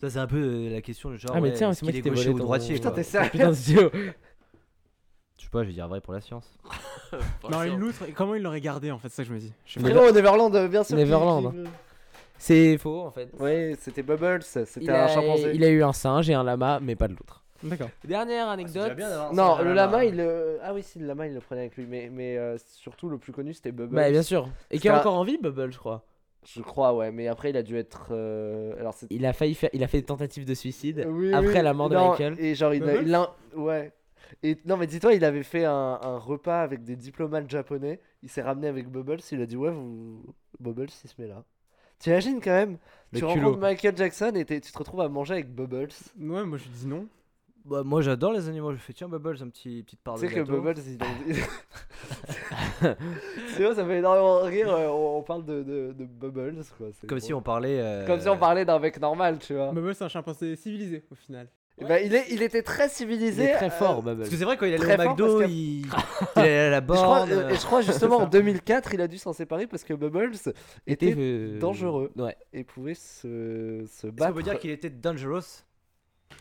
S1: Ça, c'est un peu euh, la question du genre.
S2: Ah, mais
S1: ouais,
S2: tiens,
S1: est-ce
S2: c'est moi
S1: qu'il
S2: qui
S1: est
S2: t'ai
S1: gaucher
S2: volé
S1: ou
S2: ton-
S1: droitier
S4: Putain,
S1: quoi.
S4: t'es sérieux
S2: Putain, Zio.
S1: Je sais pas, je vais dire vrai pour la science.
S3: Non, une loutre, comment il l'aurait gardé en fait, c'est ça que je me dis. Je sais pas.
S4: Frérot, Neverland, euh, bien sûr. qui-
S2: Neverland. C'est faux en fait.
S4: qui- Ouais, c'était Bubbles, c'était
S2: Il
S4: un
S2: a,
S4: chimpanzé.
S2: il a eu un singe et un lama, mais pas de loutre.
S3: D'accord.
S2: Dernière
S1: Ah,
S2: anecdote.
S4: Non, le
S1: hein.
S4: lama, il le... Ah oui, si, le lama, il le prenait avec lui. Mais, mais euh, surtout, le plus connu, c'était Bubbles.
S2: bah, bien sûr. Et qui est
S4: C'était un-
S2: encore en vie, Bubble, je crois.
S4: Je crois, ouais. Mais après, il a dû être... euh, Alors, c'est...
S2: Il a failli faire, il a fait des tentatives de suicide
S4: Euh, Oui,
S2: Euh, après
S4: oui.
S2: la mort de
S4: Non,
S2: Michael.
S4: Et genre, il, a-
S3: Bubbles
S4: il a- Ouais. Et non, mais dis-toi, il avait fait un, un repas avec des diplomates japonais. Il s'est ramené avec Bubbles. Il a dit, ouais, vous... Bubbles, il se met là. T'imagines quand même
S2: Le
S4: Tu
S2: culot.
S4: rencontres Michael Jackson et t'es- tu te retrouves à manger avec Bubbles. Tu
S3: Ouais, moi je dis non.
S1: Bah, moi, j'adore les animaux. Je fais tiens, Bubbles, un petit petite part de
S4: sais que
S1: gâteau.
S4: Bubbles, il C'est vrai, ça fait énormément rire. euh, On, on parle de, de- de Bubbles, quoi. c'est
S1: Comme
S4: bon.
S1: si on parlait. euh,
S4: Comme si on parlait d'un mec normal, tu vois.
S3: Bubble, c'est un chimpanzé civilisé au final.
S4: Eh ben, il, est, il était très
S2: Il
S4: civilisé.
S2: est très
S4: euh,
S2: fort,
S1: Parce
S2: Bubble.
S1: que c'est vrai, quand il
S4: Très
S1: allait au McDo,
S4: fort parce que-
S1: il... il allait à la
S4: je crois,
S1: borne.
S4: euh, et je crois justement en 2004, il a dû s'en séparer parce que Bubbles était
S2: euh,
S4: dangereux.
S2: Ouais.
S4: et pouvait se, se
S1: Est-ce qu'on
S4: battre.
S1: peut dire qu'il était dangerous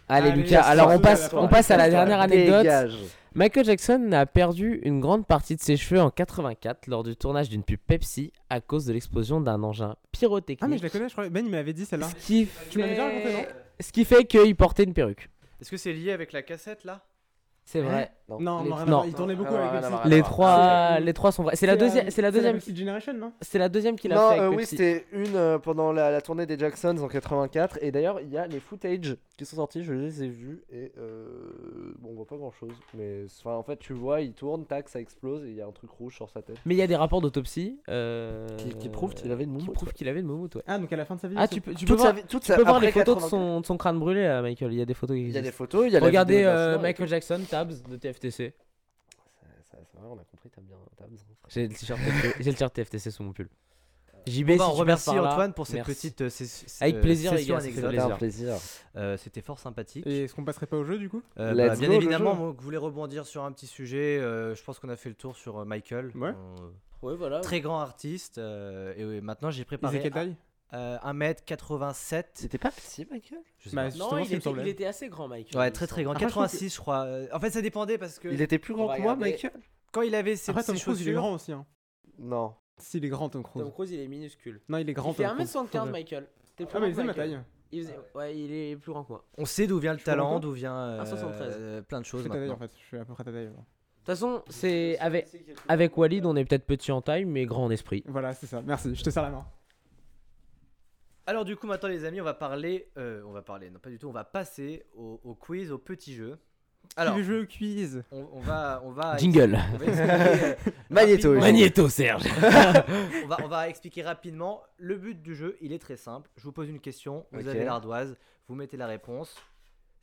S2: Allez,
S3: Allez,
S2: Lucas. Alors on
S3: surtout,
S2: passe,
S3: la
S2: on passe à la
S3: fin.
S2: dernière anecdote.
S4: Dégage.
S2: Michael Jackson a perdu une grande partie de ses cheveux en 84 lors du tournage d'une pub Pepsi à cause de l'explosion d'un engin pyrotechnique.
S3: Ah, mais je la connais, je crois. Ben, il m'avait dit celle-là.
S2: Ce qui
S3: Tu m'avais déjà
S2: fait-
S3: raconté, non
S2: Ce qui fait qu'il portait une perruque.
S1: Est-ce que c'est lié avec la cassette là
S2: C'est vrai.
S3: Non,
S2: les-
S3: non, rien à
S2: non.
S3: voir, il tournait beaucoup
S4: Ah,
S3: avec
S4: ouais,
S3: Pepsi.
S4: non,
S2: Les
S4: Ah,
S2: trois,
S3: c'est-
S2: les trois sont vrais. C'est la deuxième, c'est la deuxième,
S3: Petite Generation, non
S2: c'est la deuxième qu'il a
S4: Non,
S2: fait avec
S4: euh, oui,
S2: Pepsi.
S4: c'était une euh, pendant la, la tournée des Jacksons en 84. Et d'ailleurs, il y a les footage qui sont sortis, je les ai vus. Et euh, bon, on voit pas grand chose. Mais enfin, en fait, tu vois, il tourne, tac, ça explose et il y a un truc rouge sur sa tête.
S2: mais il y a des rapports d'autopsie euh,
S4: Qui, qui prouve qu'il avait une
S2: qui
S4: moumoute.
S2: prouvent qu'il avait une moumoute, ouais.
S3: Ah, donc à la fin de sa vie.
S2: Ah,
S3: aussi.
S2: tu peux, tu peux
S4: Toute sa
S2: voir,
S4: vie- toute
S2: tu
S4: sa-
S2: peux voir
S4: après
S2: les photos
S4: 84.
S2: de son, de son crâne brûlé, là, Michael. Il y a des photos qui
S4: Il y a des
S2: existent.
S4: photos, il y a la
S2: Regardez
S4: vidéo de la
S2: euh,
S4: soirée.
S2: Michael Jackson, Tabs de TFTC.
S4: Ça- ça- C'est vrai, on a compris, t'as bien. t'as bien-
S2: J'ai le t-shirt TFTC j'ai le t-shirt TFTC sous mon pull.
S1: On
S2: JB, si
S1: va
S2: tu
S1: en
S2: passes
S1: remercier
S2: par là,
S1: Antoine pour cette
S2: merci.
S1: petite. euh, sé- sé-
S2: Avec
S1: euh,
S2: plaisir, les
S1: session
S2: gars, ça fait
S1: anecdote.
S4: C'était un plaisir.
S1: Euh, C'était fort sympathique.
S3: Et est-ce qu'on passerait pas au jeu du coup
S1: Euh,
S4: Let's
S1: bah, bien
S4: go, le
S1: évidemment,
S4: jeu.
S1: moi, je voulais rebondir sur un petit sujet. euh, je pense qu'on a fait le tour sur euh, Michael.
S3: Ouais.
S1: On-
S2: Ouais, voilà.
S1: Très grand artiste. euh, et oui, maintenant, j'ai
S3: Ils
S1: préparé
S3: quelle taille
S1: euh, 1m87.
S4: C'était pas petit, Michael
S1: Je sais
S3: Bah,
S1: pas.
S3: justement, ce qui me semblait.
S2: assez grand, Michael.
S1: Ouais, très très grand.
S3: Après, je trouve que-
S1: 86, je crois. Euh, En fait, ça dépendait parce que
S4: Il était plus
S2: On
S4: grand
S2: va
S4: que moi,
S2: regarder.
S4: Michael
S1: quand il avait ses,
S3: Après,
S1: ses
S3: Tom Cruise, il est
S1: chaussures.
S3: grand aussi. Hein.
S4: Non.
S3: Si, il est grand, Tom Cruise.
S2: Cruise, il est minuscule.
S3: Non, il est grand. Tom Cruise.
S2: Michael.
S3: Ah, mais c'est ma taille.
S2: Il Ouais, il est plus grand que moi.
S1: On sait d'où vient le
S3: Je comprends
S1: talent,
S3: pas.
S1: d'où vient euh,
S2: 1,73.
S1: euh, plein de
S3: Je
S1: choses.
S3: suis ta taille en
S1: Maintenant.
S3: fait. Je suis à peu près ta taille. alors.
S2: De toute façon, c'est avec, avec Walid, on est peut-être petit en taille, mais grand en esprit.
S3: Voilà, c'est ça. Merci, je te serre la main.
S1: Alors du coup, maintenant les amis, on va parler, euh, on va parler, non pas du tout, on va passer au, au quiz, au petit jeu. Alors,
S3: Le jeu quiz.
S1: on, on va, on va,
S2: Jingle.
S1: on va expliquer, euh,
S4: Magneto,
S1: rapidement-
S2: Ah, Magneto, Serge.
S1: on, va, on va expliquer rapidement. Le but du jeu, il est très simple. Je vous pose une question, vous
S4: Ok.
S1: avez l'ardoise, vous mettez la réponse.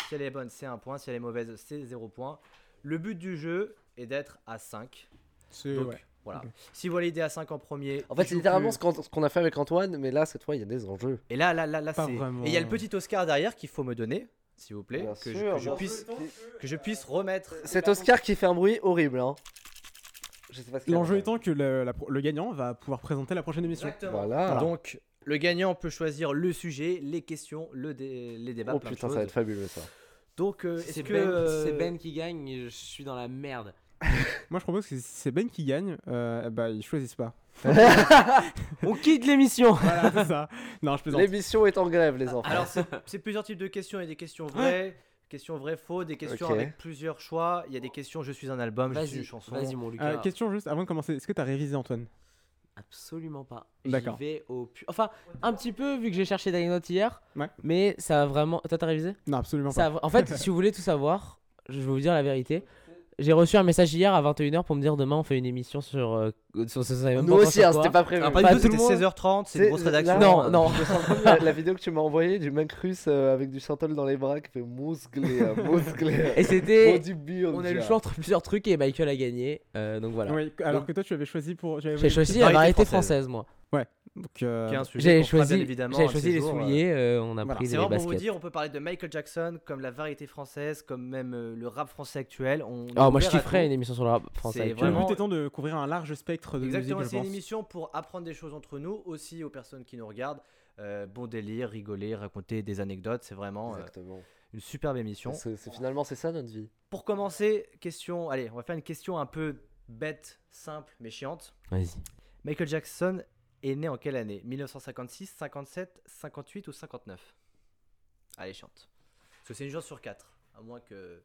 S1: Si elle est bonne, c'est un point. Si elle est mauvaise, c'est zéro point. Le but du jeu est d'être à 5.
S3: C'est
S1: Donc,
S3: ouais.
S1: Voilà.
S3: Ok.
S1: Si vous avez l'idée à 5 en premier.
S4: En fait,
S1: il
S4: c'est
S1: joue
S4: littéralement
S1: plus.
S4: ce qu'on ce qu'on a fait avec Antoine, mais là, cette fois, il y a des enjeux.
S1: Et là, là, là, là,
S3: Pas
S1: c'est.
S3: vraiment.
S1: Et il y a le petit Oscar derrière qu'il faut me donner, s'il vous plaît,
S4: Bien
S1: que, je,
S4: sûr,
S1: que je
S4: bien
S1: puisse,
S4: sûr.
S1: que je puisse remettre.
S4: Cet Oscar qui fait un bruit horrible, hein. Je sais pas ce qu'il y a
S3: L'enjeu
S4: dans-
S3: étant que le, la pro- le gagnant va pouvoir présenter la prochaine émission.
S1: Exactement.
S4: Voilà.
S1: Donc, le gagnant peut choisir le sujet, les questions, le dé- les débats,
S4: oh
S1: plein
S4: putain,
S1: de
S4: ça va
S1: choses.
S4: être fabuleux ça.
S1: Donc, euh, est-ce
S2: C'est
S1: que
S2: ben,
S1: euh,
S2: c'est Ben qui gagne, je suis dans la merde.
S3: Moi, je propose que si c'est Ben qui gagne, euh, bah, ils choisissent pas.
S2: On quitte l'émission.
S3: Voilà, c'est ça. Non, je plaisante.
S4: L'émission est en grève, les enfants.
S1: Alors, c'est- c'est plusieurs types de questions. Il y a des questions
S2: Ah.
S1: vraies, questions vraies faux, des questions
S4: Ok.
S1: avec plusieurs choix. Il y a des questions je suis un album, je suis
S2: Vas-y,
S1: une chanson.
S2: vas-y mon
S3: Euh,
S2: Lucas.
S3: question juste avant de commencer, est-ce que t'as révisé Antoine
S2: Absolument pas.
S3: D'accord.
S2: J'y vais au pu- Enfin, un petit peu vu que j'ai cherché d'anecdotes hier.
S3: Ouais.
S2: Mais ça a vraiment. Toi, t'as révisé
S3: Non, absolument
S2: Ça
S3: pas.
S2: a- En fait, si vous voulez tout savoir, je vais vous dire la vérité. J'ai reçu un message hier à 21h pour me dire demain on fait une émission sur. euh, sur ce savait même
S4: Nous
S2: pas encore
S4: aussi,
S2: sur
S4: hein,
S2: quoi.
S4: c'était pas prévu.
S1: Alors, Ah, pas
S2: Pas
S1: du tout,
S2: tout le
S1: c'était
S2: monde.
S1: 16h30, c'est une grosse
S4: C'est- là-
S1: rédaction.
S2: Non,
S1: euh,
S2: non.
S4: Je me sens comme la, la vidéo que tu m'as envoyée du Macrus euh, avec du Santol dans les bras qui fait mousglé, euh, mousglé.
S2: Et c'était.
S4: Bodybuilder.
S2: On a eu le choix entre plusieurs trucs et Michael a gagné. euh, donc voilà.
S3: Oui, alors que toi, tu avais choisi pour. j'avais
S2: J'ai
S3: voulu-
S2: choisi la
S1: Variété
S2: variété
S1: française.
S2: française, moi.
S3: Donc, euh,
S1: qui est un sujet
S2: J'ai
S1: qu'on fera bien
S2: choisi,
S1: évidemment
S2: j'ai
S1: un de
S2: choisi
S1: ces
S2: les
S1: jours, euh,
S2: souliers, euh, on a
S3: voilà.
S2: pris
S1: C'est
S2: les
S1: vraiment pour vous
S2: baskets.
S1: dire, on peut parler de Michael Jackson comme la variété française, comme même euh, le rap français actuel. On est
S2: Ah, moi
S1: ouvert
S2: je
S1: à
S2: kifferais
S1: tout.
S2: une émission sur le rap français.
S1: C'est
S2: actuellement.
S3: le
S1: vraiment-
S3: but étant de couvrir un large spectre de
S1: Exactement, c'est
S3: musique, je
S1: une
S3: pense.
S1: émission pour apprendre des choses entre nous, aussi aux personnes qui nous regardent. Euh, bon délire, rigoler, raconter des anecdotes, c'est vraiment euh,
S4: Exactement.
S1: une superbe émission.
S4: C'est c'est- finalement, c'est ça notre vie.
S1: Pour commencer, question, allez, on va faire une question un peu bête, simple, mais chiante.
S2: Vas-y.
S1: Michael Jackson est né en quelle année 1956, 57, 58 ou 59 Allez, chiante. Parce que c'est une chance sur quatre, à moins que...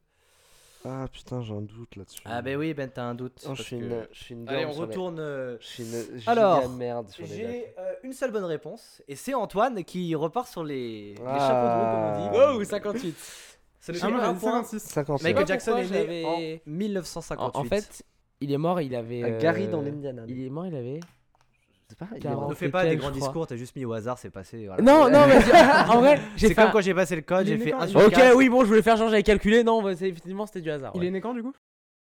S4: Ah putain, j'ai un doute là-dessus.
S1: Ah ben oui, ben t'as un doute.
S4: Oh, je
S1: parce
S4: suis une,
S1: que-
S4: je suis une
S1: Allez,
S4: dinde
S1: on
S4: sur les-
S1: retourne... euh,
S4: Je suis une
S1: Alors,
S4: giga merde sur les dates.
S1: J'ai euh, une seule bonne réponse, et c'est Antoine qui repart sur les, les
S4: Ah.
S1: chapeaux de roue, comme on dit.
S4: Wow,
S2: 58.
S1: Ça nous
S3: Ah,
S1: fait
S3: moi,
S1: un
S3: j'avais
S1: point.
S3: 56.
S4: 50
S1: Michael
S4: ouais.
S1: Jackson est né
S2: j'avais-
S1: en 1958.
S2: En, en fait, il est mort, il avait.
S4: À Gary dans
S2: euh,
S4: l'Indiana.
S2: Il est mort, il avait.
S4: C'est pas- il est
S2: Quarante.
S4: en-
S1: ne
S2: on
S1: fais
S2: fait
S1: pas des
S2: quel,
S1: grands
S2: je crois
S1: discours, t'as juste mis au hasard, c'est passé. voilà.
S2: Non, non, mais en vrai, j'ai
S1: c'est
S2: fait. un-
S1: comme quand j'ai passé le code,
S3: Il
S1: j'ai
S3: est
S1: fait
S3: né
S1: un
S3: quand
S1: sur
S3: même.
S2: Ok,
S1: quatre.
S2: oui, bon, je voulais faire genre, j'avais calculé. Non, bah, c'est- effectivement, c'était du hasard.
S3: Il
S2: ouais.
S3: est né quand du coup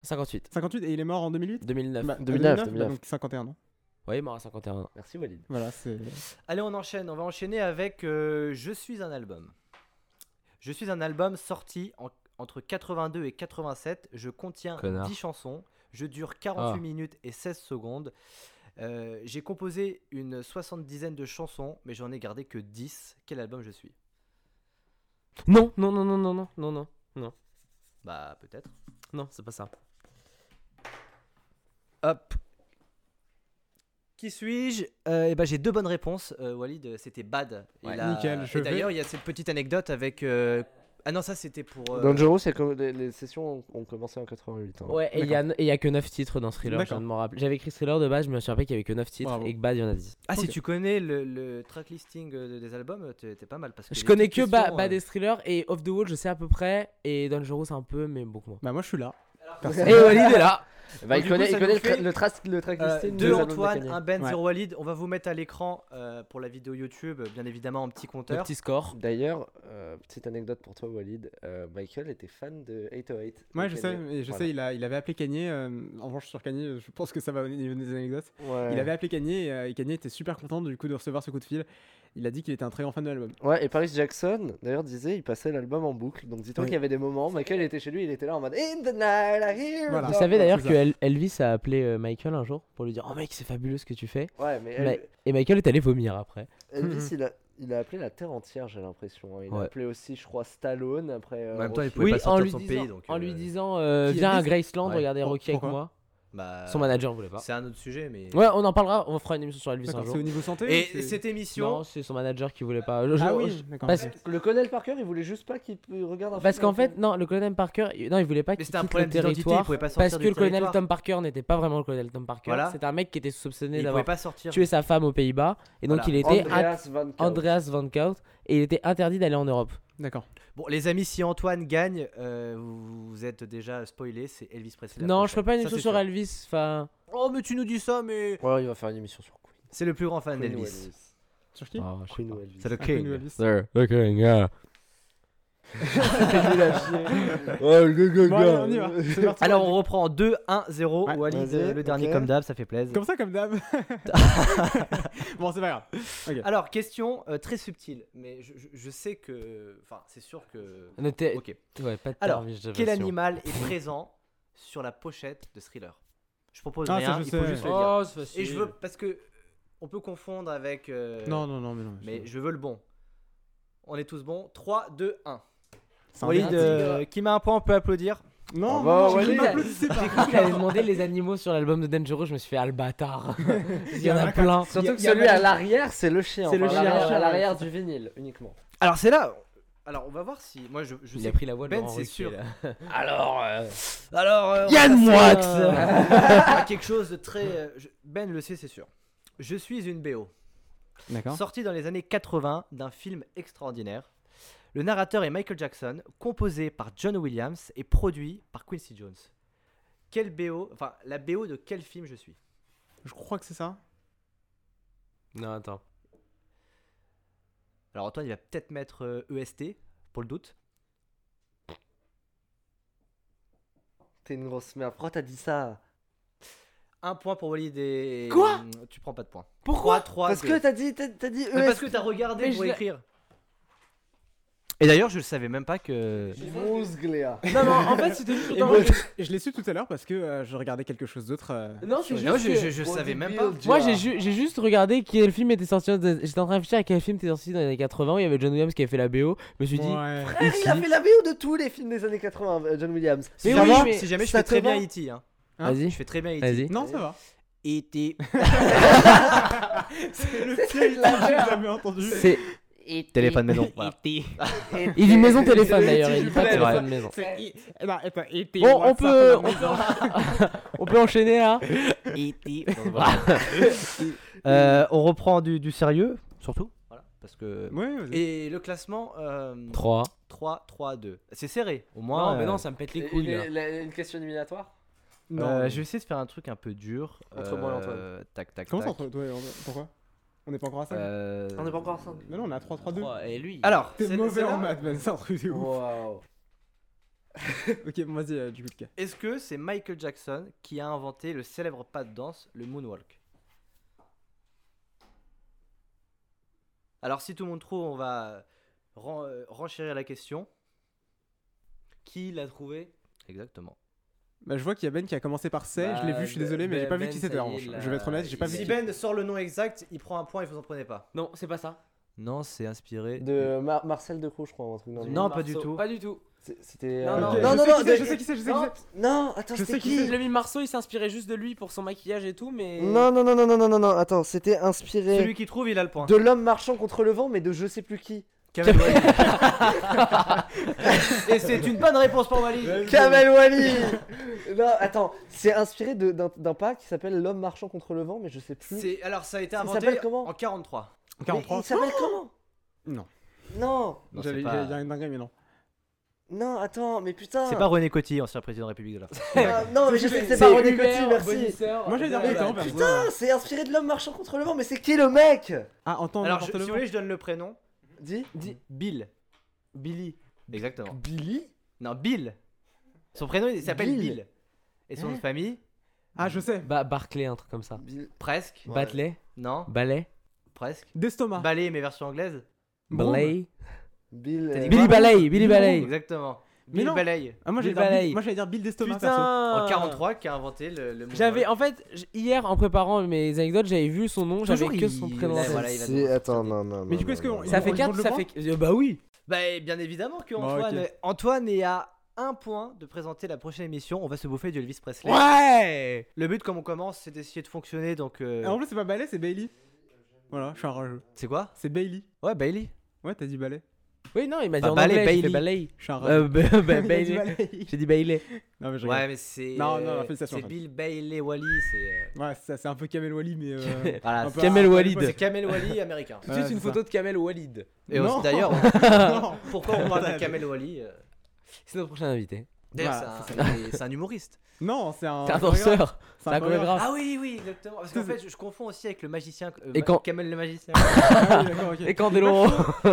S2: 58.
S3: 58 et il est mort en 2008
S2: 2009.
S3: Bah,
S4: 2009,
S3: bah, donc 51 ans.
S2: Ouais, il est mort à 51 ans.
S4: Merci Walid.
S3: Voilà, c'est.
S1: Allez, on enchaîne. On va enchaîner avec euh, Je suis un album. Je suis un album sorti en- entre 82 et 87. Je contiens
S2: Connard.
S1: 10 chansons. Je dure 48
S2: Ah.
S1: minutes et 16 secondes. Euh, J'ai composé une soixante-dizaine de chansons, mais j'en ai gardé que 10. Quel album je suis
S2: Non, non, non, non, non, non, non, non,
S1: Bah, peut-être.
S2: non, c'est pas ça.
S1: Hop. Qui suis-je Euh, Eh ben, j'ai deux bonnes réponses. Euh, Walid, euh, c'était Bad. Il
S3: Ouais,
S1: a-
S3: nickel, je
S1: et d'ailleurs, il y a cette petite anecdote avec. euh, Ah non, ça c'était pour. euh,
S4: Dangerous, c'est comme- les, les sessions ont, ont commencé en 88. hein.
S2: Ouais, et il y, a- et il y a que 9 titres dans Thriller, je viens
S3: D'accord.
S2: de m'en rappeler. J'avais écrit Thriller de base, je me suis rappelé qu'il y avait que 9 titres
S3: Bravo.
S2: et que Bad, il y en a 10.
S1: Ah, si
S3: Ok.
S1: tu connais le, le track listing euh, de- des albums, euh, t'es t'es pas mal. Parce que
S2: Je
S1: les
S2: connais que
S1: petites
S2: Ba-
S1: questions,
S2: Bad
S1: euh,
S2: et Thriller et Off the Wall, je sais à peu près, et Dangerous un peu, mais beaucoup moins.
S3: Bah, moi, je suis là.
S2: Et Walid est là
S4: Bah, il
S1: du coup,
S4: connaît,
S1: ça
S4: il connaît
S1: nous
S4: le, tra-
S1: fait,
S4: le, tra- le track
S1: euh,
S4: listing
S1: deux
S4: des albums de
S1: Antoine,
S4: Kanye.
S1: un Ben,
S3: Ouais.
S1: zéro Walid. On va vous mettre à l'écran euh, pour la vidéo YouTube, euh, bien évidemment, en petit
S2: Le
S1: compteur.
S2: petit score.
S4: D'ailleurs, euh, petite anecdote pour toi, Walid. euh, Michael était fan de 808.
S3: Ouais,
S4: de
S3: je sais,
S4: Kanye.
S3: et je
S4: Voilà.
S3: sais, il, a, il avait appelé Kanye. euh, en revanche, sur Kanye, euh, je pense que ça va au niveau des anecdotes.
S4: Ouais.
S3: Il avait appelé Kanye et, euh, et Kanye était super content du coup de recevoir ce coup de fil. Il a dit qu'il était un très grand fan de l'album.
S4: Ouais, et Paris Jackson, d'ailleurs, disait il passait l'album en boucle. Donc, dis-toi
S3: Oui.
S4: qu'il y avait des moments. Michael était chez lui, il était là en mode In the night, I hear.
S3: Voilà.
S4: the
S2: Vous savez d'ailleurs
S3: c'est
S2: que El- Elvis a appelé euh, Michael un jour pour lui dire Oh mec, c'est fabuleux ce que tu fais.
S4: Ouais, mais,
S2: Mais- Et Michael est allé vomir après.
S4: El- Elvis,
S3: Mhm.
S4: il a. Il a appelé la terre entière, j'ai l'impression. hein. Il a
S2: Ouais.
S4: appelé aussi, je crois, Stallone après. euh,
S1: En même temps, il
S4: Rocky.
S1: pouvait pas sortir
S2: en
S1: de
S2: lui
S1: son
S2: disant,
S1: pays, donc,
S2: en
S1: euh,
S2: lui disant euh,
S3: Qui,
S2: Viens à
S3: Elvis
S2: Graceland,
S1: Ouais.
S2: regardez
S3: Pour-
S2: Rocky avec
S3: pourquoi
S2: moi.
S1: Bah,
S2: Son manager voulait pas.
S1: C'est un autre sujet, mais.
S2: Ouais, on en parlera, on fera une émission sur Elvis un
S3: D'accord,
S2: jour.
S3: C'est au niveau santé ou
S1: Et
S3: c'est-
S1: cette émission,
S2: Non, c'est son manager qui voulait pas. Je- je-
S3: Ah
S2: je-
S3: oui, d'accord.
S2: parce-
S4: Le Connell Parker, il voulait juste pas qu'il regarde un
S2: Parce
S4: film
S2: qu'en
S4: avec
S2: fait, non, le colonel Parker, il- non, il voulait pas
S1: mais
S2: qu'il
S1: c'était un
S2: quitte le
S1: problème d'identité, il
S2: territoire
S1: pouvait pas sortir
S2: parce que
S1: du
S2: le colonel
S1: territoire.
S2: Tom Parker n'était pas vraiment le colonel Tom Parker.
S1: Voilà.
S2: C'était un mec qui était soupçonné
S1: Il pouvait
S2: d'avoir
S1: pas sortir.
S2: tué sa femme aux Pays-Bas et donc
S1: Voilà.
S2: il était int-
S4: Andreas Van Kaut.
S2: Andreas Van Kaut et il était interdit d'aller en Europe.
S3: D'accord.
S1: Bon, les amis, si Antoine gagne, euh, vous, vous êtes déjà spoilé, c'est Elvis Presley. la
S2: Non,
S1: prochaine.
S2: je ferai pas une
S1: Ça,
S2: émission
S1: c'est
S2: sur
S1: sûr.
S2: Elvis. Enfin,
S1: Oh, mais tu nous dis ça, mais.
S4: Ouais, il va faire une émission sur Queen.
S1: C'est le plus grand fan
S4: Queen ou
S1: d'Elvis.
S3: Sur qui
S2: oh,
S4: Queen ou Elvis.
S1: C'est le
S3: Ah, Queen ou
S1: king.
S3: Elvis
S4: Oh, le gars,
S3: Bon, allez, on y va. C'est parti.
S1: Alors, on reprend 2-1-0.
S3: Ouais,
S1: Walid,
S4: vas-y,
S1: euh, le
S4: ok.
S1: dernier comme d'hab, ça fait plaisir.
S3: Comme ça, comme d'hab. bon, c'est pas grave.
S1: Alors, question euh, très subtile, mais je, je- je sais que. Enfin, c'est sûr que.
S2: Notez-
S1: Ok.
S2: Ouais, pas de
S1: Alors,
S2: termes, je-
S1: Quel
S2: version.
S1: animal est présent sur la pochette de thriller Je propose
S3: Ah, ça,
S1: rien,
S3: je
S1: il faut
S3: sais.
S1: juste le dire.
S2: Oh, c'est facile.
S1: Et je veux. Parce que. On peut confondre avec. euh,
S3: Non, non, non, mais non.
S1: Mais je veux le bon. On est tous bons. 3, 2, 1.
S3: C'est un
S1: Walid,
S3: vertige.
S1: euh, qui met un point, on peut applaudir.
S3: Non,
S4: bah,
S3: non, non,
S4: Walid,
S3: je
S2: il a-
S3: m'applaudissais pas.
S2: J'ai cru qu'il avait demandé les animaux sur l'album de Dangerous, je me suis fait ah le bâtard. Il y en a plein.
S4: Surtout que
S3: y a
S4: celui à
S3: même-
S4: l'arrière, c'est le chien.
S2: C'est le
S4: Enfin, à l'arrière-
S2: chien.
S4: À l'arrière du vinyle, uniquement.
S1: Alors c'est là. Alors on va voir si. Moi je, je
S2: Il
S1: sais.
S2: a pris la voix de
S1: Ben,
S2: Laurent
S1: c'est
S2: Ruquier,
S1: sûr.
S2: là.
S1: Alors. euh, Alors. euh, on va
S2: Yann
S1: passer,
S2: Moix
S1: euh, à Quelque chose de très. euh, je- Ben le sait, c'est sûr. Je suis une BO.
S3: D'accord.
S1: Sortie dans les années 80 d'un film extraordinaire. Le narrateur est Michael Jackson, composé par John Williams et produit par Quincy Jones. quelle BO, enfin la BO de quel film je suis.
S3: Je crois que c'est ça.
S2: Non, attends.
S1: Alors Antoine, il va peut-être mettre euh, EST pour le doute.
S4: T'es une grosse merde. Pourquoi t'as dit ça
S1: Un point pour Walid et.
S4: Quoi
S1: Mm, Tu prends pas de points.
S4: Pourquoi
S1: 3,
S4: Parce que t'as E dit, t'as t'as dit
S1: Mais
S4: ES.
S1: parce que t'as regardé
S2: Mais je
S1: pour
S2: l'ai-
S1: écrire. Et d'ailleurs, je le savais même pas que.
S4: Grosse gléa.
S2: Non, non, en fait, c'était juste.
S3: Et
S2: Non,
S3: moi, je, je l'ai su tout à l'heure parce que euh, je regardais quelque chose d'autre. euh,
S2: non, c'est
S1: Non, je,
S2: juste que-
S1: je- je
S4: Bon
S1: savais même pas.
S4: débile, tu
S2: Moi,
S4: vois.
S2: j'ai ju- j'ai juste regardé quel film était sorti. dans- J'étais en train de réfléchir à quel film était sorti dans les années 80 où il y avait John Williams qui avait fait la BO. Je me suis dit,
S3: ouais.
S4: Frère, il a fait la BO de tous les films des années 80, euh, John Williams.
S1: Si,
S2: Mais
S1: jamais,
S2: oui,
S1: je-
S2: mais
S1: si jamais je
S4: ça
S1: fais très
S4: te
S1: bien
S4: vend.
S1: E.T. hein.
S3: Hein
S1: Je
S2: vas-y,
S1: fais très bien E E.T.
S2: vas-y.
S3: Non, ça va.
S1: E.T.
S4: E
S3: C'est le pire que
S2: hein.
S3: j'ai jamais entendu.
S2: C'est.
S1: Téléphone maison.
S4: E
S2: Il dit maison téléphone d'ailleurs, il dit
S4: S'il
S2: pas
S4: vous plaît.
S2: téléphone maison.
S3: C'est- i- non, attends, et t'es
S2: Bon, on
S3: WhatsApp
S2: peut,
S3: à la
S2: on,
S3: maison.
S2: peut, on peut enchaîner là.
S1: E Euh, on reprend du, du sérieux, surtout. Voilà, parce que.
S3: Ouais, vas-y.
S1: Et le classement euh,
S2: 3.
S1: 3, 3, 2. C'est serré, au moins. euh,
S2: ça me pète
S4: Et- et- la- Une question éliminatoire
S3: Non,
S1: euh,
S3: mais-
S1: je vais essayer de faire un truc un peu dur.
S4: Entre moi et
S1: Euh, Tac, tac,
S3: Comment ça
S1: tac.
S3: entre toi et Antoine Pourquoi On n'est pas encore à ça
S1: Euh,
S4: On n'est pas encore ensemble.
S3: Non, non, on est à 3-3-2.
S2: Oh, Et lui
S1: Alors,
S3: T'es
S1: c'est- c'est
S3: mauvais
S1: là-
S3: en maths, man, c'est un truc de ouf.
S4: Waouh.
S3: Ok, bon, vas-y, euh, du coup, le cas.
S1: Est-ce que c'est Michael Jackson qui a inventé le célèbre pas de danse, le moonwalk Alors si tout le monde trouve, on va ren- euh, renchérir la question. Qui l'a trouvé Exactement.
S3: Bah, je vois qu'il y a Ben qui a commencé par C, je l'ai vu, je suis
S2: Bah,
S3: désolé, mais
S2: Ben-
S3: j'ai pas
S2: Ben,
S3: vu qui c'était
S2: ça
S3: en
S2: y est,
S3: revanche.
S2: là,
S3: Je vais être honnête, j'ai pas
S2: il-
S3: vu
S1: Si
S3: qui
S1: Ben sort le nom exact, il prend un point et vous en prenez pas.
S2: Non, c'est pas ça.
S1: Non, c'est inspiré.
S4: De Mar- Marcel Decroux, je crois. un truc dans le
S1: Non,
S4: genre.
S1: pas du tout.
S2: Pas du tout.
S4: C'est- C'était.
S2: Non,
S4: euh,
S2: non, non,
S3: Ok, je
S2: non,
S3: sais
S2: non,
S3: qui c'est,
S2: de-
S3: je sais qui c'est, je sais qui
S2: non.
S3: c'est.
S4: Non, attends,
S3: Je
S4: c'était
S3: sais qui
S4: qui
S2: Le ami Marceau, il s'inspirait juste de lui pour son maquillage et tout, mais.
S4: Non, non, non, non, non, non, non, non, attends, c'était
S1: Celui
S4: inspiré
S1: qui trouve, il a le point.
S4: de l'homme marchant contre le vent, mais de je sais plus qui.
S1: Kamel Wally. et c'est une bonne réponse pour
S4: Ben
S1: Wally.
S4: Kamel Wally Non, attends, c'est inspiré de- d'un d'un pas qui s'appelle l'homme marchant contre le vent, mais je sais plus.
S1: C'est- Alors ça a été
S4: Hmm. Ça
S1: inventé
S4: s'appelle comment
S1: en 43.
S3: En
S4: Mais
S3: 43
S4: Il s'appelle
S1: Oh
S4: comment
S3: Non.
S4: Non,
S1: Non,
S3: J'allais-
S1: c'est
S3: Il y
S1: pas-
S3: a une dinguerie, mais non.
S4: non, attends, mais putain
S1: C'est pas René Coty, ancien président de la République de la France.
S4: Ah, Non, mais je sais que c'est pas René
S2: René
S4: Coty, merci
S3: Moi, j'allais dire Ben
S4: bah,
S3: Temps, perso.
S4: Putain, c'est inspiré de l'homme marchant contre le vent, mais c'est qui le mec
S3: Ah, entends,
S1: Alors, je- si
S3: n'importe
S1: vous
S3: le
S1: voulez, je donne le prénom.
S4: Dis
S1: Di- Bill. Billy. Hmm. Exactement.
S4: Billy
S1: Non, Bill. Son prénom, il s'appelle Bill.
S4: Bill.
S1: Et son nom de
S4: Hein
S1: famille
S3: Ah, je sais.
S2: Bah, Barclay, un truc comme
S1: Ah.
S2: ça.
S4: Bill-
S1: Presque.
S4: Ouais.
S2: Batley
S1: Non,
S2: Ballet
S1: presque.
S3: D'estomac.
S1: Ballet, mais version anglaise.
S3: Broom.
S2: Ballet
S4: Bill.
S1: T'as dit quoi
S4: euh,
S2: Billy Ballet Billy Ballet
S1: Exactement.
S3: Mais
S1: Bill
S3: non.
S1: Ballet.
S3: Ah, moi j'allais
S2: Bill
S3: dire
S2: Ballet.
S3: Bill- moi, j'allais dire Bill d'estomac perso.
S1: En 43, qui a inventé le, le moonwalk.
S2: Ah. J'avais en fait j- hier en préparant mes anecdotes, j'avais vu son nom, j'avais
S1: Toujours,
S2: que
S1: il-
S2: son prénom.
S1: il-
S2: en tête.
S1: voilà, il va
S4: c'est-
S1: devoir
S4: Attends,
S1: sortir
S4: non, non.
S3: Mais du
S4: non,
S3: coup, est-ce
S4: non,
S3: qu'on-
S4: non.
S2: Ça
S3: On-
S2: fait
S3: on
S2: 4,
S3: compte le
S2: ça
S3: point
S2: fait euh, bah oui.
S1: Bah, et bien évidemment que
S3: Bon,
S1: Antoine,
S3: ok.
S1: Antoine est à un point de présenter la prochaine émission. On va se bouffer du Elvis Presley.
S2: Ouais
S1: Eh, Le but, comme on commence, c'est d'essayer de fonctionner. Donc, euh,
S3: Ah, En plus, c'est pas Ballet, c'est Bailey. Voilà, je suis un rageux.
S1: c'est quoi
S3: C'est Bailey.
S1: Ouais, Bailey.
S3: Ouais, t'as dit Ballet.
S2: Oui, non, il m'a dit
S1: Bah,
S2: en
S1: Ballet,
S2: anglais, j'ai fait
S1: Bailey.
S2: Ballet.
S3: Je suis un rageux.
S2: Euh, bah, bah,
S3: Il a dit
S2: Bailey.
S3: Ballet.
S2: J'ai dit Bailey.
S3: Non, mais je
S1: Ouais,
S3: rigole.
S1: mais c'est.
S3: Non, non, la
S1: C'est
S3: félicitation, en fait.
S1: Bill Bailey Wally, c'est. euh,
S3: Ouais, ça, c'est un peu Kamel Wally, mais. euh,
S1: Voilà,
S3: un peu-
S2: Kamel
S3: un peu-
S2: Walid.
S1: c'est Ah, Kamel Wally américain.
S3: Ouais,
S2: Juste
S3: c'est
S2: une
S3: ça.
S2: photo de Kamel Walid.
S1: Et
S3: Non.
S1: aussi, d'ailleurs,
S3: Non.
S1: pourquoi on parle de Kamel Wally euh,
S2: C'est notre prochain invité.
S1: D'ailleurs,
S3: Voilà,
S1: c'est, un, c'est un humoriste.
S3: Non, c'est un.
S2: C'est un
S3: chorégraphe.
S2: danseur,
S3: C'est
S2: c'est un chorégraphe.
S1: Ah oui, oui, exactement. Parce qu'en fait, je, je confonds aussi avec le magicien. euh,
S2: Et
S1: ma-
S2: quand-
S1: Kamel le magicien.
S3: Ah oui, d'accord, ok.
S2: Et Candelo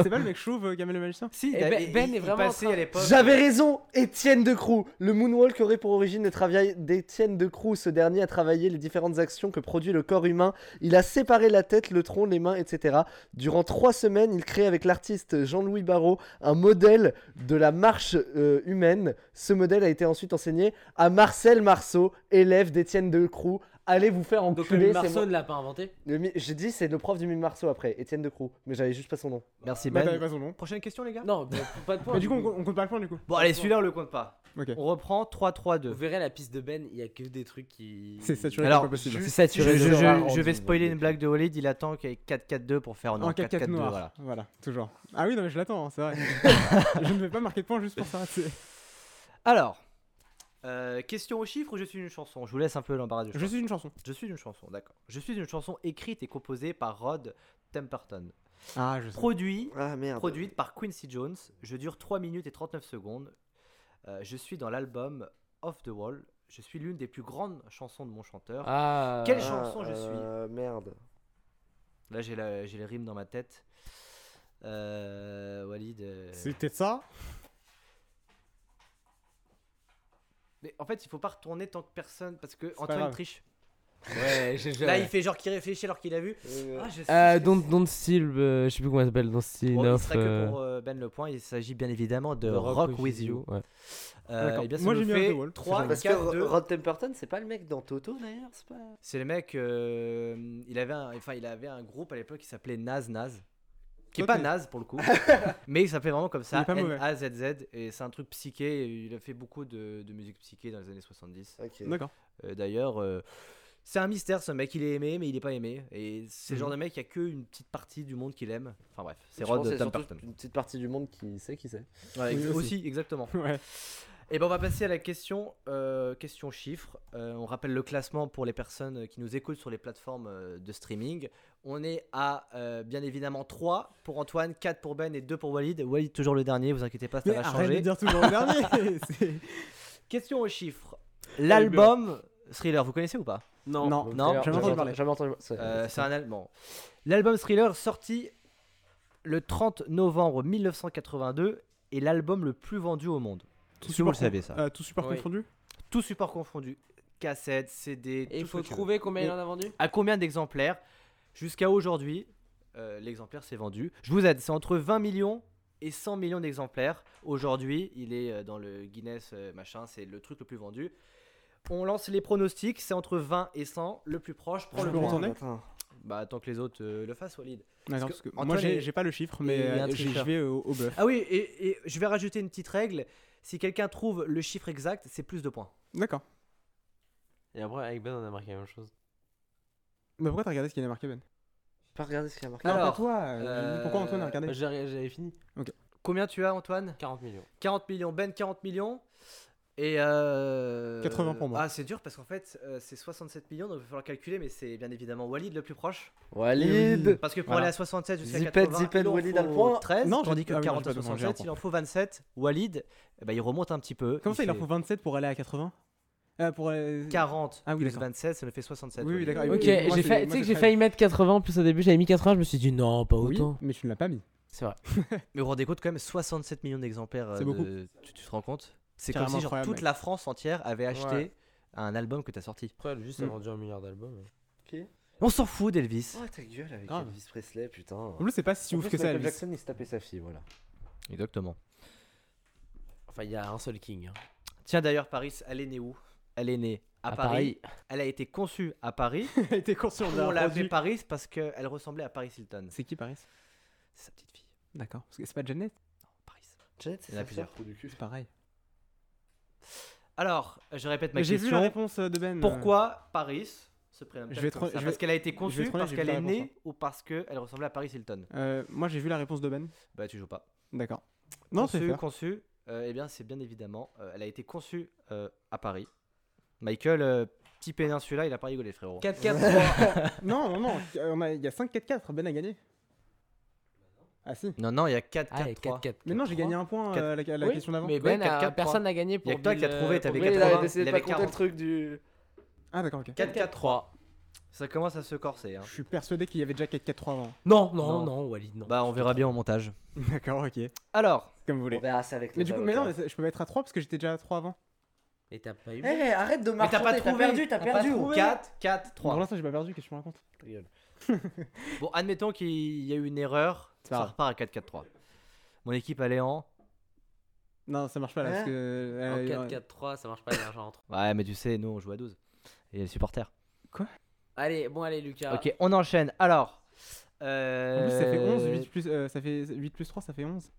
S3: C'est pas le mec chauve, euh, Kamel le magicien
S1: si,
S2: Et
S1: il a-
S2: Ben-
S1: il-
S2: Ben
S1: Eh il-
S2: est
S1: il
S2: vraiment
S1: passait
S2: en train-
S1: à l'époque.
S4: J'avais raison, Étienne Decroux. Le moonwalk aurait pour origine le travail d'Étienne Decroux. Ce dernier a travaillé les différentes actions que produit le corps humain. Il a séparé la tête, le tronc, les mains, etc. Durant trois semaines, il crée avec l'artiste Jean-Louis Barrault un modèle de la marche euh, humaine. Ce modèle a été ensuite enseigné à Marcel Marceau, élève d'Étienne Decroux. Allez vous faire
S2: Donc le
S4: enculer.
S2: Mime
S4: c'est
S2: Marceau
S4: moi.
S2: ne l'a pas inventé.
S4: Le mi- J'ai dit c'est le prof du mime Marceau après, Étienne Decroux. Mais j'avais juste pas son nom.
S1: Merci,
S3: Bah, t'avais
S1: Ben.
S3: pas son nom.
S1: Prochaine question, les gars
S2: Non, bah, pas de point.
S3: Mais du coup, on on compte pas le point du coup.
S1: Bon, allez, celui-là, on le compte pas.
S3: Ok.
S1: On reprend
S2: Vous
S1: 3-3-2.
S2: verrez la piste de Ben, il y a que des trucs qui.
S3: C'est saturé,
S1: Alors,
S3: c'est pas possible.
S2: C'est
S1: Je,
S2: saturé.
S1: je-
S2: de-
S1: je-
S4: Laurent
S1: je vais
S4: Hardy,
S1: spoiler
S4: vous
S1: une blague de Walid, il attend qu'il y ait 4-4-2 pour faire non,
S3: en 4-4 noir.
S1: voilà.
S3: Voilà. toujours. Ah oui, non, mais je l'attends, hein, c'est vrai. je ne vais pas marquer de point juste pour ça. c'est-
S1: Alors, euh, question aux chiffres ou je suis une chanson Je vous laisse un peu l'embarras du choix.
S3: Je suis une chanson.
S1: Je suis une chanson, d'accord. Je suis une chanson écrite et composée par Rod Temperton.
S3: Ah, je
S1: Produit,
S4: Ah merde.
S1: produite par Quincy Jones. Je dure 3 minutes et 39 secondes. Euh, je suis dans l'album Off the Wall. je suis l'une des plus grandes chansons de mon chanteur.
S2: Ah.
S1: Quelle chance chanson je
S4: euh, Merde.
S1: Là, j'ai la- j'ai les rimes dans ma tête. Euh, Walid. euh,
S3: C'était ça
S1: Mais en fait, il faut pas retourner tant que personne parce que
S3: pas
S1: Antoine
S3: grave.
S1: triche.
S2: Ouais, j'ai
S1: Là, il fait genre qu'il réfléchit alors qu'il a vu.
S4: Euh,
S1: Ah, je sais
S2: Euh,
S1: ce que
S2: don't,
S1: c'est.
S2: don't Steal, euh, je sais plus comment elle s'appelle, Don't Steal
S1: Bon, il
S2: Enough,
S1: sera que
S2: euh,
S1: pour euh, Ben le point, il s'agit bien évidemment de
S2: The
S1: Rock, With You.
S2: ouais.
S1: Euh,
S3: Ah, D'accord.
S1: eh bien, ça
S3: Moi,
S1: nous
S3: j'ai mis
S1: fait
S3: Off the Wall,
S1: 3,
S4: Parce
S1: 4,
S4: que
S1: 2.
S4: Rod Temperton, c'est pas le mec dans Toto d'ailleurs, c'est pas.
S1: C'est le mec, euh, il, avait un, enfin, il avait un groupe à l'époque qui s'appelait Naz Naz. Qui est
S3: Ok.
S1: pas Naz pour le coup, mais il s'appelait vraiment comme
S3: Il
S1: ça,
S3: est pas mauvais.
S1: N-A-Z-Z, et c'est un truc psyché, et il a fait beaucoup de, de musique psyché dans les années 70.
S4: Ok.
S3: D'accord.
S1: Euh, D'ailleurs, euh, c'est un mystère ce mec, il est aimé, mais il est pas aimé, et c'est le
S3: Mhm.
S1: genre de mec, il y a qu'une petite partie du monde qui l'aime. Enfin bref, c'est
S4: Je pense
S1: Rod
S4: que surtout
S1: Temperton.
S4: Une petite partie du monde qui sait qui c'est.
S1: Ouais,
S3: Oui,
S1: ex-
S3: aussi.
S1: aussi, exactement.
S3: Ouais.
S1: Et ben on va passer à la question, euh, question chiffre. Euh, on rappelle le classement pour les personnes qui nous écoutent sur les plateformes euh, de streaming. On est à euh, bien évidemment 3 pour Antoine, 4 pour Ben et 2 pour Walid. Walid toujours le dernier, vous inquiétez pas, ça
S3: Mais
S1: va
S3: arrête de
S1: changer.
S3: dire toujours le dernier c'est-
S1: Question aux chiffres. L'album Thriller, vous connaissez ou pas
S2: Non,
S3: Non,
S2: Donc,
S1: non,
S2: d'ailleurs,
S3: j'avais
S2: euh,
S3: entendu parler.
S4: Jamais entendu. c'est-
S1: Euh, C'est un allemand. L'album Thriller sorti le 30 novembre 1982 est l'album le plus vendu au monde.
S3: Tout
S1: Est-ce que vous
S3: support
S1: le savez ça
S3: Euh, tout super
S2: Oui.
S3: confondu
S1: Tout support confondu. Cassette, CD,
S2: Et il
S1: tout ce
S2: faut
S1: que tu veux.
S2: trouver combien il en a vendu
S1: à combien d'exemplaires Jusqu'à aujourd'hui, euh, l'exemplaire s'est vendu. Je vous aide, c'est entre 20 millions et 100 millions d'exemplaires. Aujourd'hui, il est euh, dans le Guinness, euh, machin, c'est le truc le plus vendu. On lance les pronostics, c'est entre 20 et 100. Le plus proche prend
S3: Je
S1: le
S3: peux
S1: point.
S3: entendre.
S1: Bah, tant que les autres euh, le fassent, Walid.
S3: D'accord,
S1: Parce
S3: parce
S1: que
S3: que moi
S1: Antoine
S3: j'ai
S1: est-
S3: j'ai pas le chiffre,
S1: il
S3: mais
S1: est un
S3: euh, j'ai- je
S1: tricheur.
S3: vais au, au bœuf.
S1: Ah oui, et, et je vais rajouter une petite règle. Si quelqu'un trouve le chiffre exact, c'est plus de points.
S3: D'accord.
S2: Et après, avec Ben, on a marqué la même chose.
S3: Mais pourquoi t'as regardé ce qu'il y a marqué, Ben
S4: J'ai Pas regardé ce qu'il y a marqué.
S3: Non,
S1: Alors,
S3: pas toi euh,
S1: euh,
S3: mais Pourquoi Antoine a
S2: Bah,
S3: regardé
S2: J'avais j'avais fini.
S1: Combien tu as, Antoine
S2: 40 millions.
S1: 40 millions, Ben 40 millions. Et euh,
S3: 80 pour moi.
S1: Ah, c'est dur parce qu'en fait, euh, c'est 67 millions, donc il va falloir calculer, mais c'est bien évidemment Walid le plus proche.
S4: Walid
S1: Parce que pour
S3: Voilà.
S1: aller à 67 jusqu'à
S4: Zipette,
S1: 80,
S4: zipette,
S1: il en
S4: Walid a le
S1: faut
S4: point.
S1: 13,
S3: Non, j'ai-
S1: tandis que
S3: ah oui, non,
S1: 40 à
S3: j'ai pas de point, j'ai un
S1: 67, il en faut 27. Walid, eh ben, il remonte un petit peu.
S3: Comment ça, il leur
S1: fait
S3: faut 27 pour aller à 80 Euh, pour aller-
S1: 40
S3: Ah oui,
S1: plus
S3: d'accord.
S1: 27, ça nous fait 67.
S3: Oui, oui,
S1: Walid.
S3: d'accord.
S2: Ok,
S3: et moi,
S2: j'ai
S3: c'est-
S2: failli- tu sais
S3: moi,
S2: que
S3: c'est
S2: j'ai
S3: très-
S2: failli mettre 80 en plus au début, j'avais mis 80, je me suis dit non, pas
S3: Oui,
S2: autant.
S3: mais tu ne l'as pas mis.
S2: C'est vrai.
S1: Mais vous vous rendez compte quand même, 67 millions d'exemplaires. euh,
S3: C'est beaucoup.
S1: de- Tu, tu te rends compte C'est comme
S3: Carrément
S1: si genre,
S3: incroyable,
S1: toute
S3: mec.
S1: la France entière avait acheté
S2: Ouais.
S1: un album que t'as sorti.
S2: Après, juste,
S3: a
S2: a
S3: Mm.
S2: vendu un milliard d'albums.
S1: On s'en fout d'Elvis.
S4: Oh ta gueule avec
S3: Grave.
S4: Elvis Presley, putain.
S3: En plus, c'est pas si
S4: En
S3: ouf
S4: plus,
S3: que ça,
S4: Michael
S3: Elvis.
S4: Jackson il se tapait sa fille, voilà.
S1: Exactement.
S2: Enfin, il y a un seul king. hein.
S1: Tiens d'ailleurs, Paris, elle est née où Elle est née à, Paris. Elle a été conçue à Paris.
S3: Il était conscient de
S1: On
S3: l'avoir
S1: l'appelait
S3: produit.
S1: Paris parce qu'elle ressemblait à Paris Hilton.
S3: C'est qui Paris
S1: C'est sa petite fille.
S3: D'accord. Parce que c'est pas Janet
S1: Paris.
S4: Janet, c'est
S1: Il y en a
S4: sa
S1: plusieurs.
S4: sœur, trou du cul.
S3: C'est pareil.
S1: Alors, je répète ma
S3: Mais J'ai vu la
S1: question.
S3: réponse euh, de Ben.
S1: Pourquoi Paris se prénomme
S3: Je vais
S1: comme
S3: te-
S1: ça
S3: je vais-
S1: Parce qu'elle a été
S3: vais
S1: conçue,
S3: te-
S1: parce
S3: j'ai vu
S1: qu'elle
S3: la
S1: est
S3: réponse, hein.
S1: née ou parce qu'elle ressemblait à Paris Hilton
S3: Euh, Moi, j'ai vu la réponse de Ben.
S1: Bah tu joues pas.
S3: D'accord. Non, c'est
S1: conçue,
S3: fair.
S1: conçue, euh, eh bien c'est bien évidemment, euh, elle a été conçue euh, à Paris. Michael, euh, petit péninsula, il a pas rigolé frérot.
S2: 4-4-3.
S3: Non, non, non. euh, on a- Il y a 5-4-4. Ben a gagné. Ah si.
S1: Non, non, il y a 4
S2: Allez,
S1: 4
S2: 4-4.
S3: Mais non, j'ai gagné un point
S1: Quatre-
S3: euh, à la, à la
S2: Oui,
S3: question d'avant.
S2: Mais Ben,
S1: Ouais,
S2: a-
S1: 4-4-3.
S2: personne n'a gagné pour.
S1: que toi qui as
S2: Bill,
S1: trouvé,
S2: euh,
S1: t'avais
S2: pour
S1: quatre-
S4: Oui,
S2: Bill.
S4: il avait
S1: 80,
S4: décidé
S1: il
S4: de pas
S1: avait
S4: compter le
S1: 40.
S4: truc du.
S3: Ah d'accord, ok.
S1: 4-4-3. Ça commence à se corser. hein.
S3: Je suis persuadé qu'il y avait déjà 4-4-3 avant.
S2: Non,
S1: Non.
S2: non, non, Walid, non.
S1: Bah on verra bien au montage.
S3: D'accord, ok.
S1: Alors,
S3: Comme vous voulez.
S4: On verra ça avec
S3: Mais
S4: les
S3: du coup, mais non, mais c'est- je peux mettre à 3 parce que j'étais déjà à 3 avant.
S2: Et t'as pas eu.
S4: Eh, arrête de
S1: mais t'as
S4: marcher.
S1: pas trouvé.
S4: perdu, t'as perdu.
S3: trouvé.
S1: 4, 4,
S3: Pour
S1: 3.
S3: l'instant, j'ai pas perdu, qu'est-ce que je me raconte
S4: Ta gueule.
S1: Bon, admettons qu'il y a eu une erreur.
S3: C'est pas
S1: Ça
S3: grave.
S1: repart à 4, 4, 3. Mon équipe, elle est en.
S3: Non, ça marche pas là
S4: Hein
S3: parce que.
S2: En
S3: euh, euh,
S2: 4-4-3, ça marche pas, il y a argent entre.
S1: Ouais, mais tu sais, nous on joue à 12. Et les supporters.
S2: Allez, bon, allez, Lucas.
S1: Ok, on enchaîne. Alors.
S3: En
S1: euh,
S3: plus, ça fait 11, 8 plus, euh, ça fait 8 plus 3, ça fait 11.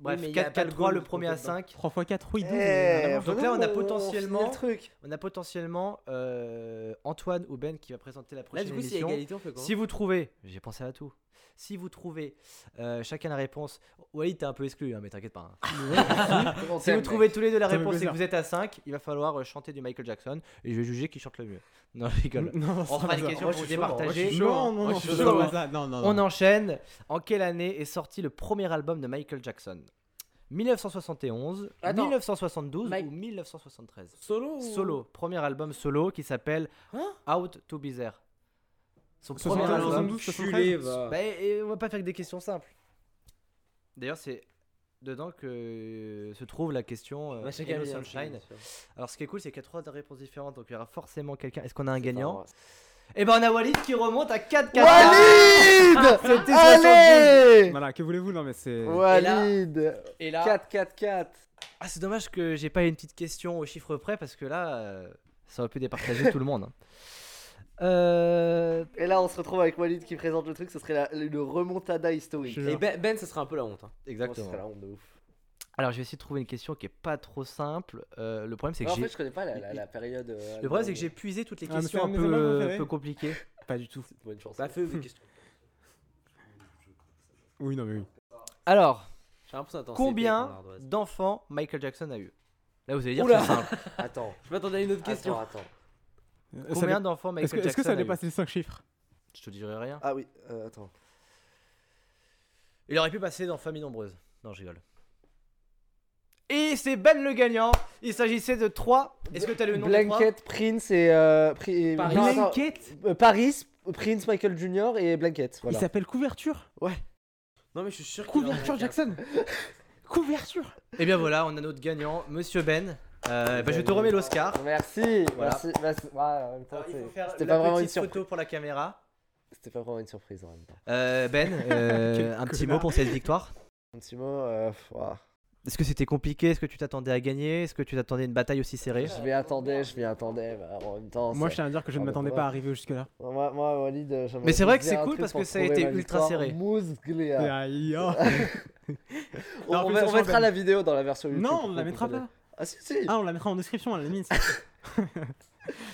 S1: Bref,
S2: Oui, mais il y a
S1: 4,
S2: pas
S1: 4,
S2: le
S1: 3,
S2: goal
S1: le
S2: de
S1: premier à
S2: côté dedans.
S1: 5.
S3: 3 x 4, oui, 12.
S4: Eh,
S1: Donc là, on a
S4: vraiment,
S1: potentiellement-
S4: finit le truc.
S1: On a potentiellement euh, Antoine ou Ben qui va présenter la
S2: Là,
S1: prochaine
S2: du coup, s'il y a
S1: émission.
S2: égalité, on fait quoi
S1: Si vous trouvez, j'ai pensé à tout. Si vous trouvez euh, chacun la réponse, Walid t'es un peu exclu, hein, mais t'inquiète pas.
S2: Ah,
S1: hein.
S4: Comment
S1: Si vous
S4: t'aimes,
S1: trouvez tous les deux la
S3: Ça fait
S1: réponse et que
S3: plaisir.
S1: vous êtes à 5, il va falloir euh, chanter du Michael Jackson et je vais juger qui chante le mieux. Non, je rigole.
S3: Non,
S1: On fera des questions
S4: Moi,
S1: pour
S4: je
S1: vous
S4: suis chaud, hein. Moi, je
S1: départager.
S4: suis
S2: Moi,
S3: Non, non, non,
S2: je
S3: je
S2: suis
S3: suis
S2: chaud,
S3: pas
S2: hein.
S3: ça. Non, non,
S1: On
S3: non.
S1: enchaîne. En quelle année est sorti le premier album de Michael Jackson 1971,
S2: Attends.
S1: 1972
S2: Mike-
S1: ou 1973.
S2: Solo ou-
S1: Solo,
S4: Oh.
S1: premier album solo qui s'appelle
S2: Hein
S1: Out to Be There. Son
S2: Oh,
S1: premier
S2: mais alors,
S3: 72,
S1: album.
S2: enculé, va.
S1: Bah, et on va pas faire que des questions simples. D'ailleurs, c'est dedans que se trouve la question euh,
S2: Bah, chacun
S1: Hello
S2: a mis un
S1: Sunshine.
S2: chien, bien sûr.
S1: Alors, ce qui est cool, c'est qu'il y a trois réponses différentes, donc il y aura forcément quelqu'un. Est-ce qu'on a un
S4: Enfin,
S1: gagnant
S4: ouais.
S1: Et ben, on a Walid qui remonte à 4 4 Ah,
S4: Walid
S3: C'était 72.
S4: Allez
S3: Voilà, que voulez-vous Non, mais c'est.
S4: Walid
S2: Et là,
S4: 4 4 4
S1: Ah, c'est dommage que j'ai pas une petite question au chiffre près parce que là, euh, ça aurait pu départager tout le monde. hein. Euh,
S4: Et là on se retrouve avec Walid qui présente le truc, ce serait la, une remontada historique.
S3: Je-
S2: et ben, Ben, ça sera un peu la honte. hein.
S4: Ce serait
S1: exactement.
S4: la honte de ouf.
S1: Alors, je vais essayer de trouver une question qui est pas trop simple. Euh, le problème, c'est que
S4: Alors, en
S1: j'ai.
S4: fait je connais pas la, la- la période. euh,
S1: Le problème, c'est
S4: allemande.
S1: que j'ai puisé toutes les
S3: Ah, mais
S1: questions
S3: c'est
S1: un
S3: un de mes albums
S1: peu, euh,
S3: préférés.
S1: peu compliquées.
S3: Pas du tout.
S4: Bonne chance.
S2: Ça fait des questions.
S3: Oui, non, mais oui.
S1: Alors,
S2: J'ai l'impression d'attendre CP,
S1: combien
S2: pour l'ardoise.
S1: d'enfants Michael Jackson a eu Là, vous allez dire
S2: Oula
S1: c'est simple.
S4: Attends.
S2: Je m'attendais à une autre question.
S4: Attends, attends.
S3: Euh, ça
S1: Combien
S3: dé-
S1: d'enfants
S3: Est-ce que,
S1: Michael
S3: est-ce que
S1: Jackson
S3: ça
S1: a eu
S3: dépasse les 5 chiffres
S1: Je te dirai rien.
S4: Ah oui, euh, attends.
S1: Il aurait pu passer dans Famille Nombreuse. Non, je rigole. Et c'est Ben le gagnant. Il s'agissait de 3. Est-ce que t'as le nom des trois
S4: Blanket, Prince et. euh, Pri- et-
S2: Paris.
S4: Non, attends,
S1: Blanket
S4: euh, Paris, Prince, Michael Jr. et Blanket. Voilà.
S3: Il s'appelle Couverture
S2: Non, mais je suis sûr qu'il en a
S3: Couverture
S2: un.
S3: Jackson Couverture
S1: Et Eh bien voilà, on a notre gagnant, Monsieur Ben. Euh, bah, je te remets l'Oscar.
S4: Merci,
S1: Voilà.
S4: merci, merci. Ouais, en même temps,
S1: Alors, il faut
S4: c'est-
S1: faire
S4: C'était
S1: la
S4: pas vraiment une
S1: petite
S4: surprise.
S1: photo pour la caméra.
S4: C'était pas vraiment une surprise en même temps.
S1: Euh, ben, euh,
S3: Quel
S1: un petit
S3: connard.
S1: mot pour cette victoire.
S4: Un petit mot. euh, pff, ouah.
S1: Est-ce que c'était compliqué Est-ce que tu t'attendais à gagner Est-ce que tu t'attendais à une bataille aussi serrée
S4: Je m'y attendais, je m'y attendais. bah, en même temps.
S3: Moi, je
S4: c'est-
S3: tiens à dire que je ne
S4: Ah, bah,
S3: m'attendais
S4: voilà.
S3: pas à arriver jusque-là.
S4: moi, moi, Walid, euh, j'aimerais
S1: Mais c'est vrai
S4: vous
S1: que
S4: dire
S1: c'est
S4: un
S1: cool
S4: truc
S1: parce
S4: pour
S1: que ça a été
S4: prouver ma
S1: ultra
S4: victoire.
S1: serré.
S4: Mousse gléa.
S3: Aïe, ah.
S4: On,
S3: Non,
S4: on
S3: mais
S4: va-
S3: ça
S4: on
S3: change
S4: mettra
S3: même.
S4: la vidéo dans la version YouTube.
S3: Non,
S4: pour
S3: on la
S4: que vous
S3: mettra
S4: compreniez.
S3: pas.
S4: Ah si, si.
S3: Ah, on la mettra en description à la limite.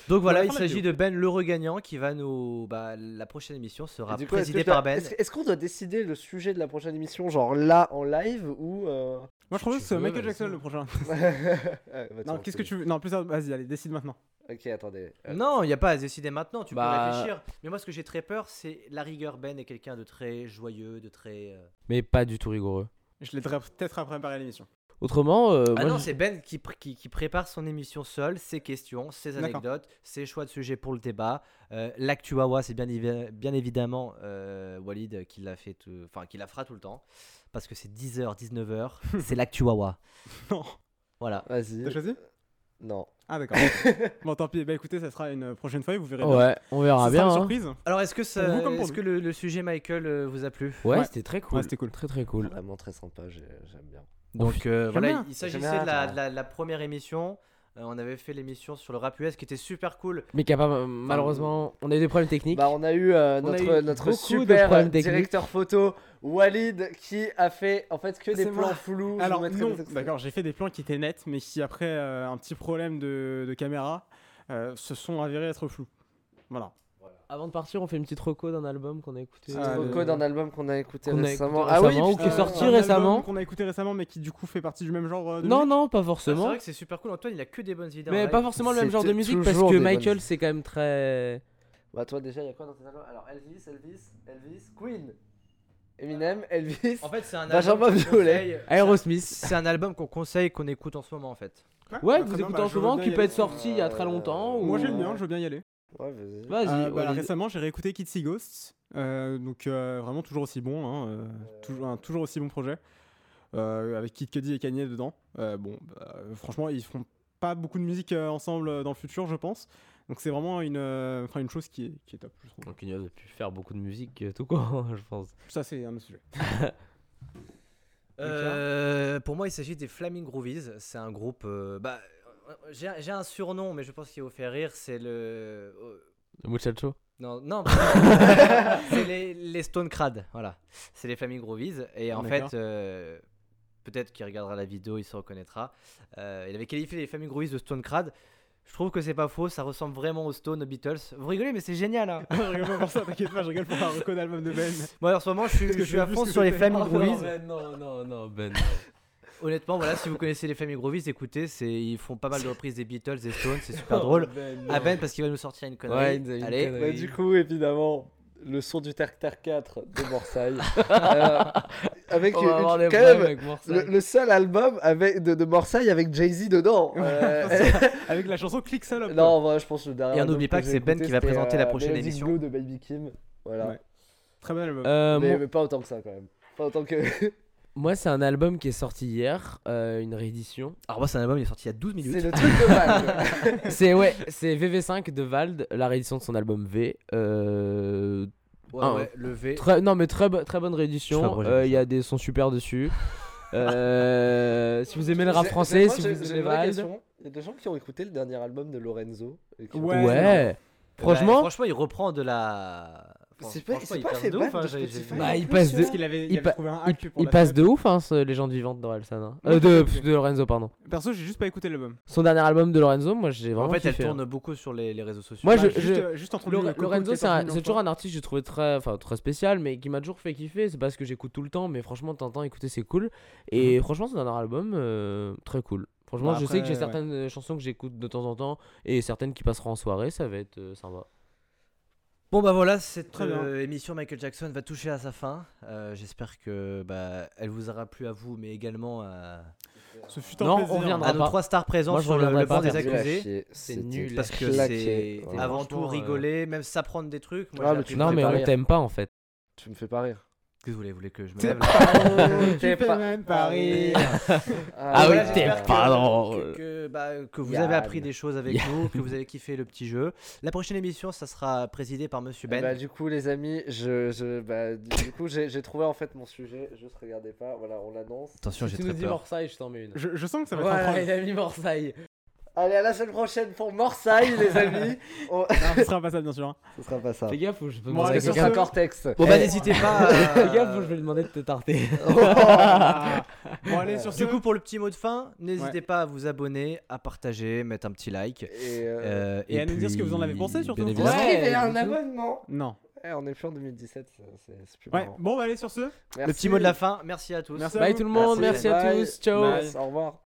S1: Donc
S3: On
S1: voilà,
S3: va
S1: il
S3: faire la
S1: s'agit de Ben le regagnant qui va nous. Bah, la prochaine émission
S4: Et
S1: sera
S4: du coup, est-ce que
S1: présidée
S4: je dois-
S1: par Ben.
S4: Est-ce est-ce qu'on doit décider le sujet de la prochaine émission, genre là en live ou. euh,
S3: Moi, je propose que
S1: Tu
S3: c'est
S1: veux,
S3: Michael
S1: vas-y.
S3: Jackson le prochain.
S4: Ouais, bah,
S3: Non,
S4: tiens,
S3: qu'est-ce que
S4: c'est-
S3: tu veux Non, plus tard, vas-y, allez, décide maintenant.
S4: Ok, attendez. euh,
S1: Non, il n'y a pas à se décider maintenant, tu
S2: Bah-
S1: peux réfléchir. Mais moi, ce que j'ai très peur, c'est la rigueur. Ben est quelqu'un de très joyeux, de très. euh,
S2: Mais pas du tout rigoureux.
S3: Je l'aiderai peut-être à préparer l'émission.
S2: Autrement, euh,
S1: Ah
S4: Bah,
S2: moi,
S1: non,
S2: je-
S1: c'est Ben qui, pr- qui, qui prépare son émission seul, ses questions, ses
S3: D'accord.
S1: anecdotes, ses choix de sujets pour le débat. Euh, L'actu Wawa, c'est bien, évi- bien évidemment euh, Walid qui, l'a fait tout- enfin, qui la fera tout le temps. Parce que c'est 10h, 19h, c'est l'actu Wawa.
S3: Non.
S1: Voilà.
S4: Vas-y.
S3: T'as choisi
S4: Non.
S3: Ah, d'accord. bon, tant pis. Bah, écoutez, ça sera une prochaine fois et vous verrez. bien.
S2: Ouais, on verra
S3: Ça sera
S2: bien.
S3: une
S2: hein.
S3: surprise.
S1: Alors, est-ce que, ça-
S3: Pour vous comme pour
S1: est-ce que le, le sujet Michael euh, vous a plu
S2: Ouais,
S3: Ouais.
S2: c'était très cool.
S3: Ouais, c'était cool.
S2: Très très cool.
S4: Ah, Vraiment très sympa, j'ai- j'aime bien.
S1: Donc euh, voilà,
S3: bien.
S1: il
S4: J'aime
S1: s'agissait de la,
S4: bien.
S1: de la- de la première émission. Euh, on avait fait l'émission sur le rap US qui était super cool. Ah,
S2: Mais qu'il y a pas- malheureusement, on a eu des problèmes techniques.
S4: Bah, on a eu euh,
S2: On a
S4: notre,
S2: eu
S4: notre
S2: beaucoup de
S4: super
S2: problèmes techniques.
S4: directeur photo, Walid, qui a fait en fait que des
S3: C'est
S4: plans
S3: moi.
S4: flous. Je
S3: Alors,
S4: vous mettrai
S3: non,
S4: des extraits.
S3: d'accord, j'ai fait des plans qui étaient nets, mais qui, après euh, un petit problème de, de caméra, euh, se sont avérés être flous. Voilà.
S2: Avant de partir, on fait une petite reco d'un album qu'on a écouté. Euh,
S4: C'est
S3: Ah,
S4: un
S3: le-
S4: reco d'un album qu'on a écouté
S2: Qu'on a
S4: récemment. Ah
S2: écouté récemment, ou qui est
S4: putain.
S2: sorti
S3: Euh, un album
S2: récemment.
S3: Qu'on a écouté récemment, mais qui du coup fait partie du même genre. euh, de
S2: non,
S3: musique.
S2: non, pas
S1: Bah, C'est
S2: forcément.
S1: vrai que c'est super cool. Antoine, il a que des bonnes idées. en
S2: Mais
S1: live.
S2: pas forcément le même
S4: C'est
S2: genre de musique parce
S4: toujours
S2: que
S4: des bonnes
S2: Michael,
S4: idées.
S2: c'est quand même très.
S4: Bah, toi, déjà, il y a quoi dans tes albums Alors, Elvis, Elvis, Elvis, Queen, Eminem, Elvis.
S1: En fait, c'est un
S4: Benjamin
S1: album qu'on
S4: Violet.
S1: conseille-
S2: Aerosmith.
S1: C'est un album qu'on conseille, qu'on écoute en ce moment en fait.
S2: Ouais, que
S3: bah, très
S2: vous
S3: bien,
S2: écoutez
S3: bah,
S2: en
S3: je
S2: ce
S3: veux
S2: moment,
S3: bien
S2: qui
S3: y
S2: peut
S3: aller.
S2: être sorti il y a très longtemps.
S4: Euh,
S2: ou-
S3: Moi, j'aime bien, je veux bien y aller.
S4: Ouais, vas-y.
S2: Vas-y,
S3: Euh, bah, là,
S2: Walid.
S3: récemment, j'ai réécouté Kitsy Ghosts. euh, donc, euh, vraiment toujours aussi bon. hein, euh, toujours, un toujours aussi bon projet. euh, avec Kid Cudi et Kanye dedans. Euh, bon, bah, euh, franchement, ils feront pas beaucoup de musique euh, ensemble euh, dans le futur, je pense. Donc, c'est vraiment une, euh, enfin, une chose qui est, qui est top, je trouve.
S2: Donc, il a pu faire beaucoup de musique, euh, tout court, je pense.
S3: Ça, c'est un autre sujet.
S1: Euh, pour moi, il s'agit des Flaming Groovies. C'est un groupe. euh, bah, euh, j'ai j'ai un surnom, mais je pense qu'il vous fait rire. C'est le. euh,
S2: Le Muchacho.
S1: Non, non. pas- c'est les, les Stone Crad. Voilà. C'est les Flaming Groovies. Et en
S3: D'accord.
S1: fait. euh, Peut-être qu'il regardera la vidéo, il se reconnaîtra. Euh, il avait qualifié les Flaming Groovies de Stone Crad. Je trouve que c'est pas faux, ça ressemble vraiment aux Stone, aux Beatles. Vous rigolez, mais c'est génial! hein.
S3: je rigole pas pour ça, t'inquiète pas, je rigole pour un reco d'album de Ben.
S1: Moi en ce moment je suis,
S3: Parce que
S1: je suis
S3: j'ai
S1: à
S3: vu
S1: fond
S3: ce que
S1: sur les
S3: t'as fait.
S1: Flaming Groovies.
S2: non, non, non, Ben.
S1: Honnêtement voilà si vous connaissez les Flaming Groovies écoutez c'est ils font pas mal de reprises des Beatles
S2: Ah, Ben,
S1: des Stones c'est super drôle. À Ben parce qu'il va nous sortir une connerie.
S2: Ouais, il nous a mis une
S1: Allez.
S2: connerie.
S4: Bah, du coup, évidemment, le son du Tartare 4 de Morsaille. Euh, avec
S2: On
S4: une-
S2: va avoir des
S4: quand
S2: problèmes
S4: même,
S2: avec Marseille.
S4: le, le seul album avec, de, de Morsaille avec Jay-Z dedans. Euh,
S3: Avec la chanson Click Salope.
S4: non, en vrai, je pense que le dernier.
S1: Et on
S4: album
S1: n'oublie pas que
S4: j'ai
S1: c'est Ben
S4: écouté,
S1: qui va
S4: c'était,
S1: présenter la
S4: euh,
S1: prochaine
S4: Melodic
S1: émission.
S4: Blue de Baby Kim. Voilà.
S3: Ouais. Très bel album.
S2: Euh,
S4: mais,
S2: mon-
S4: mais pas autant que ça quand même. Pas autant que.
S2: Moi, c'est un album qui est sorti hier, euh, une réédition.
S1: Alors, moi, c'est un album, il est sorti il y a 12 minutes.
S4: c'est le truc de mal.
S2: c'est ouais, c'est VV5 de Vald, la réédition de son album V. Euh,
S1: Ouais,
S2: Ah,
S1: ouais, le V.
S2: très- non, mais très, bo- très bonne
S1: Je
S2: réédition.
S1: fabrique
S2: Euh, Il y a des sons super dessus. Euh, si vous aimez le rap
S4: J'ai-
S2: français,
S4: moi,
S2: si
S4: j'ai-
S2: vous
S4: j'ai
S2: aimez
S4: une vraie
S2: Vald.
S4: question. Il y a des gens qui ont écouté le dernier album de Lorenzo. et qui ont-
S3: Ouais.
S2: Ouais.
S1: Bah,
S4: Eh ben,
S2: Franchement,
S1: franchement, il reprend de la.
S4: C'est
S1: Fran-
S4: pas-
S1: franchement,
S4: c'est
S1: il
S4: pas
S1: passe
S4: fait
S1: de
S4: ban
S1: ouf, hein,
S4: de
S1: j'ai- j'ai-
S4: Spotify.
S2: Bah, il
S4: en
S2: passe
S4: plus,
S2: de-
S4: hein.
S3: Parce qu'il avait, il
S2: il
S3: avait
S2: pa-
S3: trouvé un
S2: il,
S3: hack pour
S2: il
S3: la
S2: passe
S3: fête.
S2: de ouf, hein, ce Légende vivante de Orelsan. hein.
S3: Moi,
S2: Euh,
S3: j'ai
S2: de,
S3: écouté.
S2: de Lorenzo, pardon.
S3: Perso, j'ai juste pas écouté l'album.
S2: Son dernier album de Lorenzo, moi, j'ai vraiment
S1: En fait, elle
S2: kiffé, hein.
S1: tourne beaucoup sur les, les réseaux sociaux. Bah,
S2: Moi, je-
S3: juste, euh, juste entre
S2: Lore- Lorenzo, c'est un- c'est toujours un artiste que j'ai trouvé très, enfin, très spécial, mais qui m'a toujours fait kiffer. C'est pas ce que j'écoute tout le temps, mais franchement, t'entends écouter, c'est cool. Et franchement, son dernier album, euh, très cool. Franchement,
S3: Mhm. Bah,
S2: je sais que j'ai
S3: après, ouais.
S2: certaines euh, chansons que j'écoute de temps en temps et certaines qui passeront en soirée, ça va être euh, sympa.
S1: Bon bah voilà, cette
S3: Très bien.
S1: euh, émission Michael Jackson va toucher à sa fin. Euh, J'espère que bah, elle vous aura plu à vous, mais également à,
S3: Ce fut un
S2: Non, on
S3: plaisir.
S2: reviendra.
S1: à nos
S2: pas.
S1: trois stars présentes
S2: Moi, je
S1: sur le,
S2: reviendrai
S1: le banc
S2: pas
S1: des
S2: faire
S4: Nul à
S1: accusés.
S4: chier,
S2: C'est
S4: c'était
S2: nul à
S1: Parce que
S4: claqué,
S1: c'est
S4: voilà.
S1: avant tout
S2: Franchement, euh,
S1: rigoler, même s'apprendre des trucs. Moi, j'ai
S4: Ah, mais
S1: appris
S4: tu
S1: le
S4: fais
S2: Non, mais
S1: truc.
S4: pas
S2: on
S4: rire.
S2: t'aime pas en fait.
S4: Tu me fais pas rire.
S1: Qu'est-ce que vous voulez, vous voulez que je me
S3: T'es
S1: lève
S3: Tu
S4: T'es
S3: fais
S4: pas-
S3: même pas rire.
S4: Euh,
S2: Ah oui,
S1: voilà,
S2: t'es
S1: j'espère que-
S2: pas
S1: que,
S2: drôle.
S1: que, bah, que vous
S4: Yann.
S1: avez appris des choses avec nous, que vous avez kiffé le petit jeu. La prochaine émission, ça sera présidée par Monsieur Ben.
S4: Bah, du coup, les amis, je, je, bah, du du coup, j'ai j'ai trouvé en fait mon sujet. Juste regardez pas, voilà, on l'annonce.
S1: Attention, j'ai
S2: tu nous
S1: très
S2: dis
S1: peur.
S2: Morsaille, je t'en mets une.
S3: Je, je sens que ça va être
S2: Voilà,
S3: incroyable.
S2: il a mis Morsaille.
S4: Allez, à la semaine prochaine pour Morsaille, les amis. On-
S3: Non, ce sera pas ça, bien sûr. hein.
S4: Ce sera pas ça.
S2: Fais gaffe, ou je peux
S3: Bon,
S2: demander à
S3: allez,
S4: Ce
S3: sur
S2: quelqu'un.
S4: sera
S3: ce-
S4: Cortex.
S1: Bon bah
S2: Eh.
S1: n'hésitez pas. à-
S2: Fais gaffe, ou je vais lui demander de te tarter.
S3: Ah. Bon, allez, sur ce.
S1: Du coup, pour le petit mot de fin, n'hésitez
S3: Ouais.
S1: pas à vous abonner, à partager, mettre un petit like.
S4: Et euh,
S1: Euh,
S3: et à nous dire ce que vous en avez pensé, surtout.
S1: bien
S4: vous
S1: évidemment.
S4: inscrivez
S2: Ouais,
S4: à un
S2: du coup.
S4: abonnement.
S3: Non.
S4: Eh, on est plus en 2017, c'est- c'est c'est plus
S3: Ouais,
S4: marrant.
S3: bon, bah, allez, sur ce.
S1: Le petit mot de la fin, merci à tous.
S3: Merci à
S2: Bye
S3: vous.
S2: tout le monde,
S1: Merci.
S2: merci à tous, ciao.
S4: Au revoir.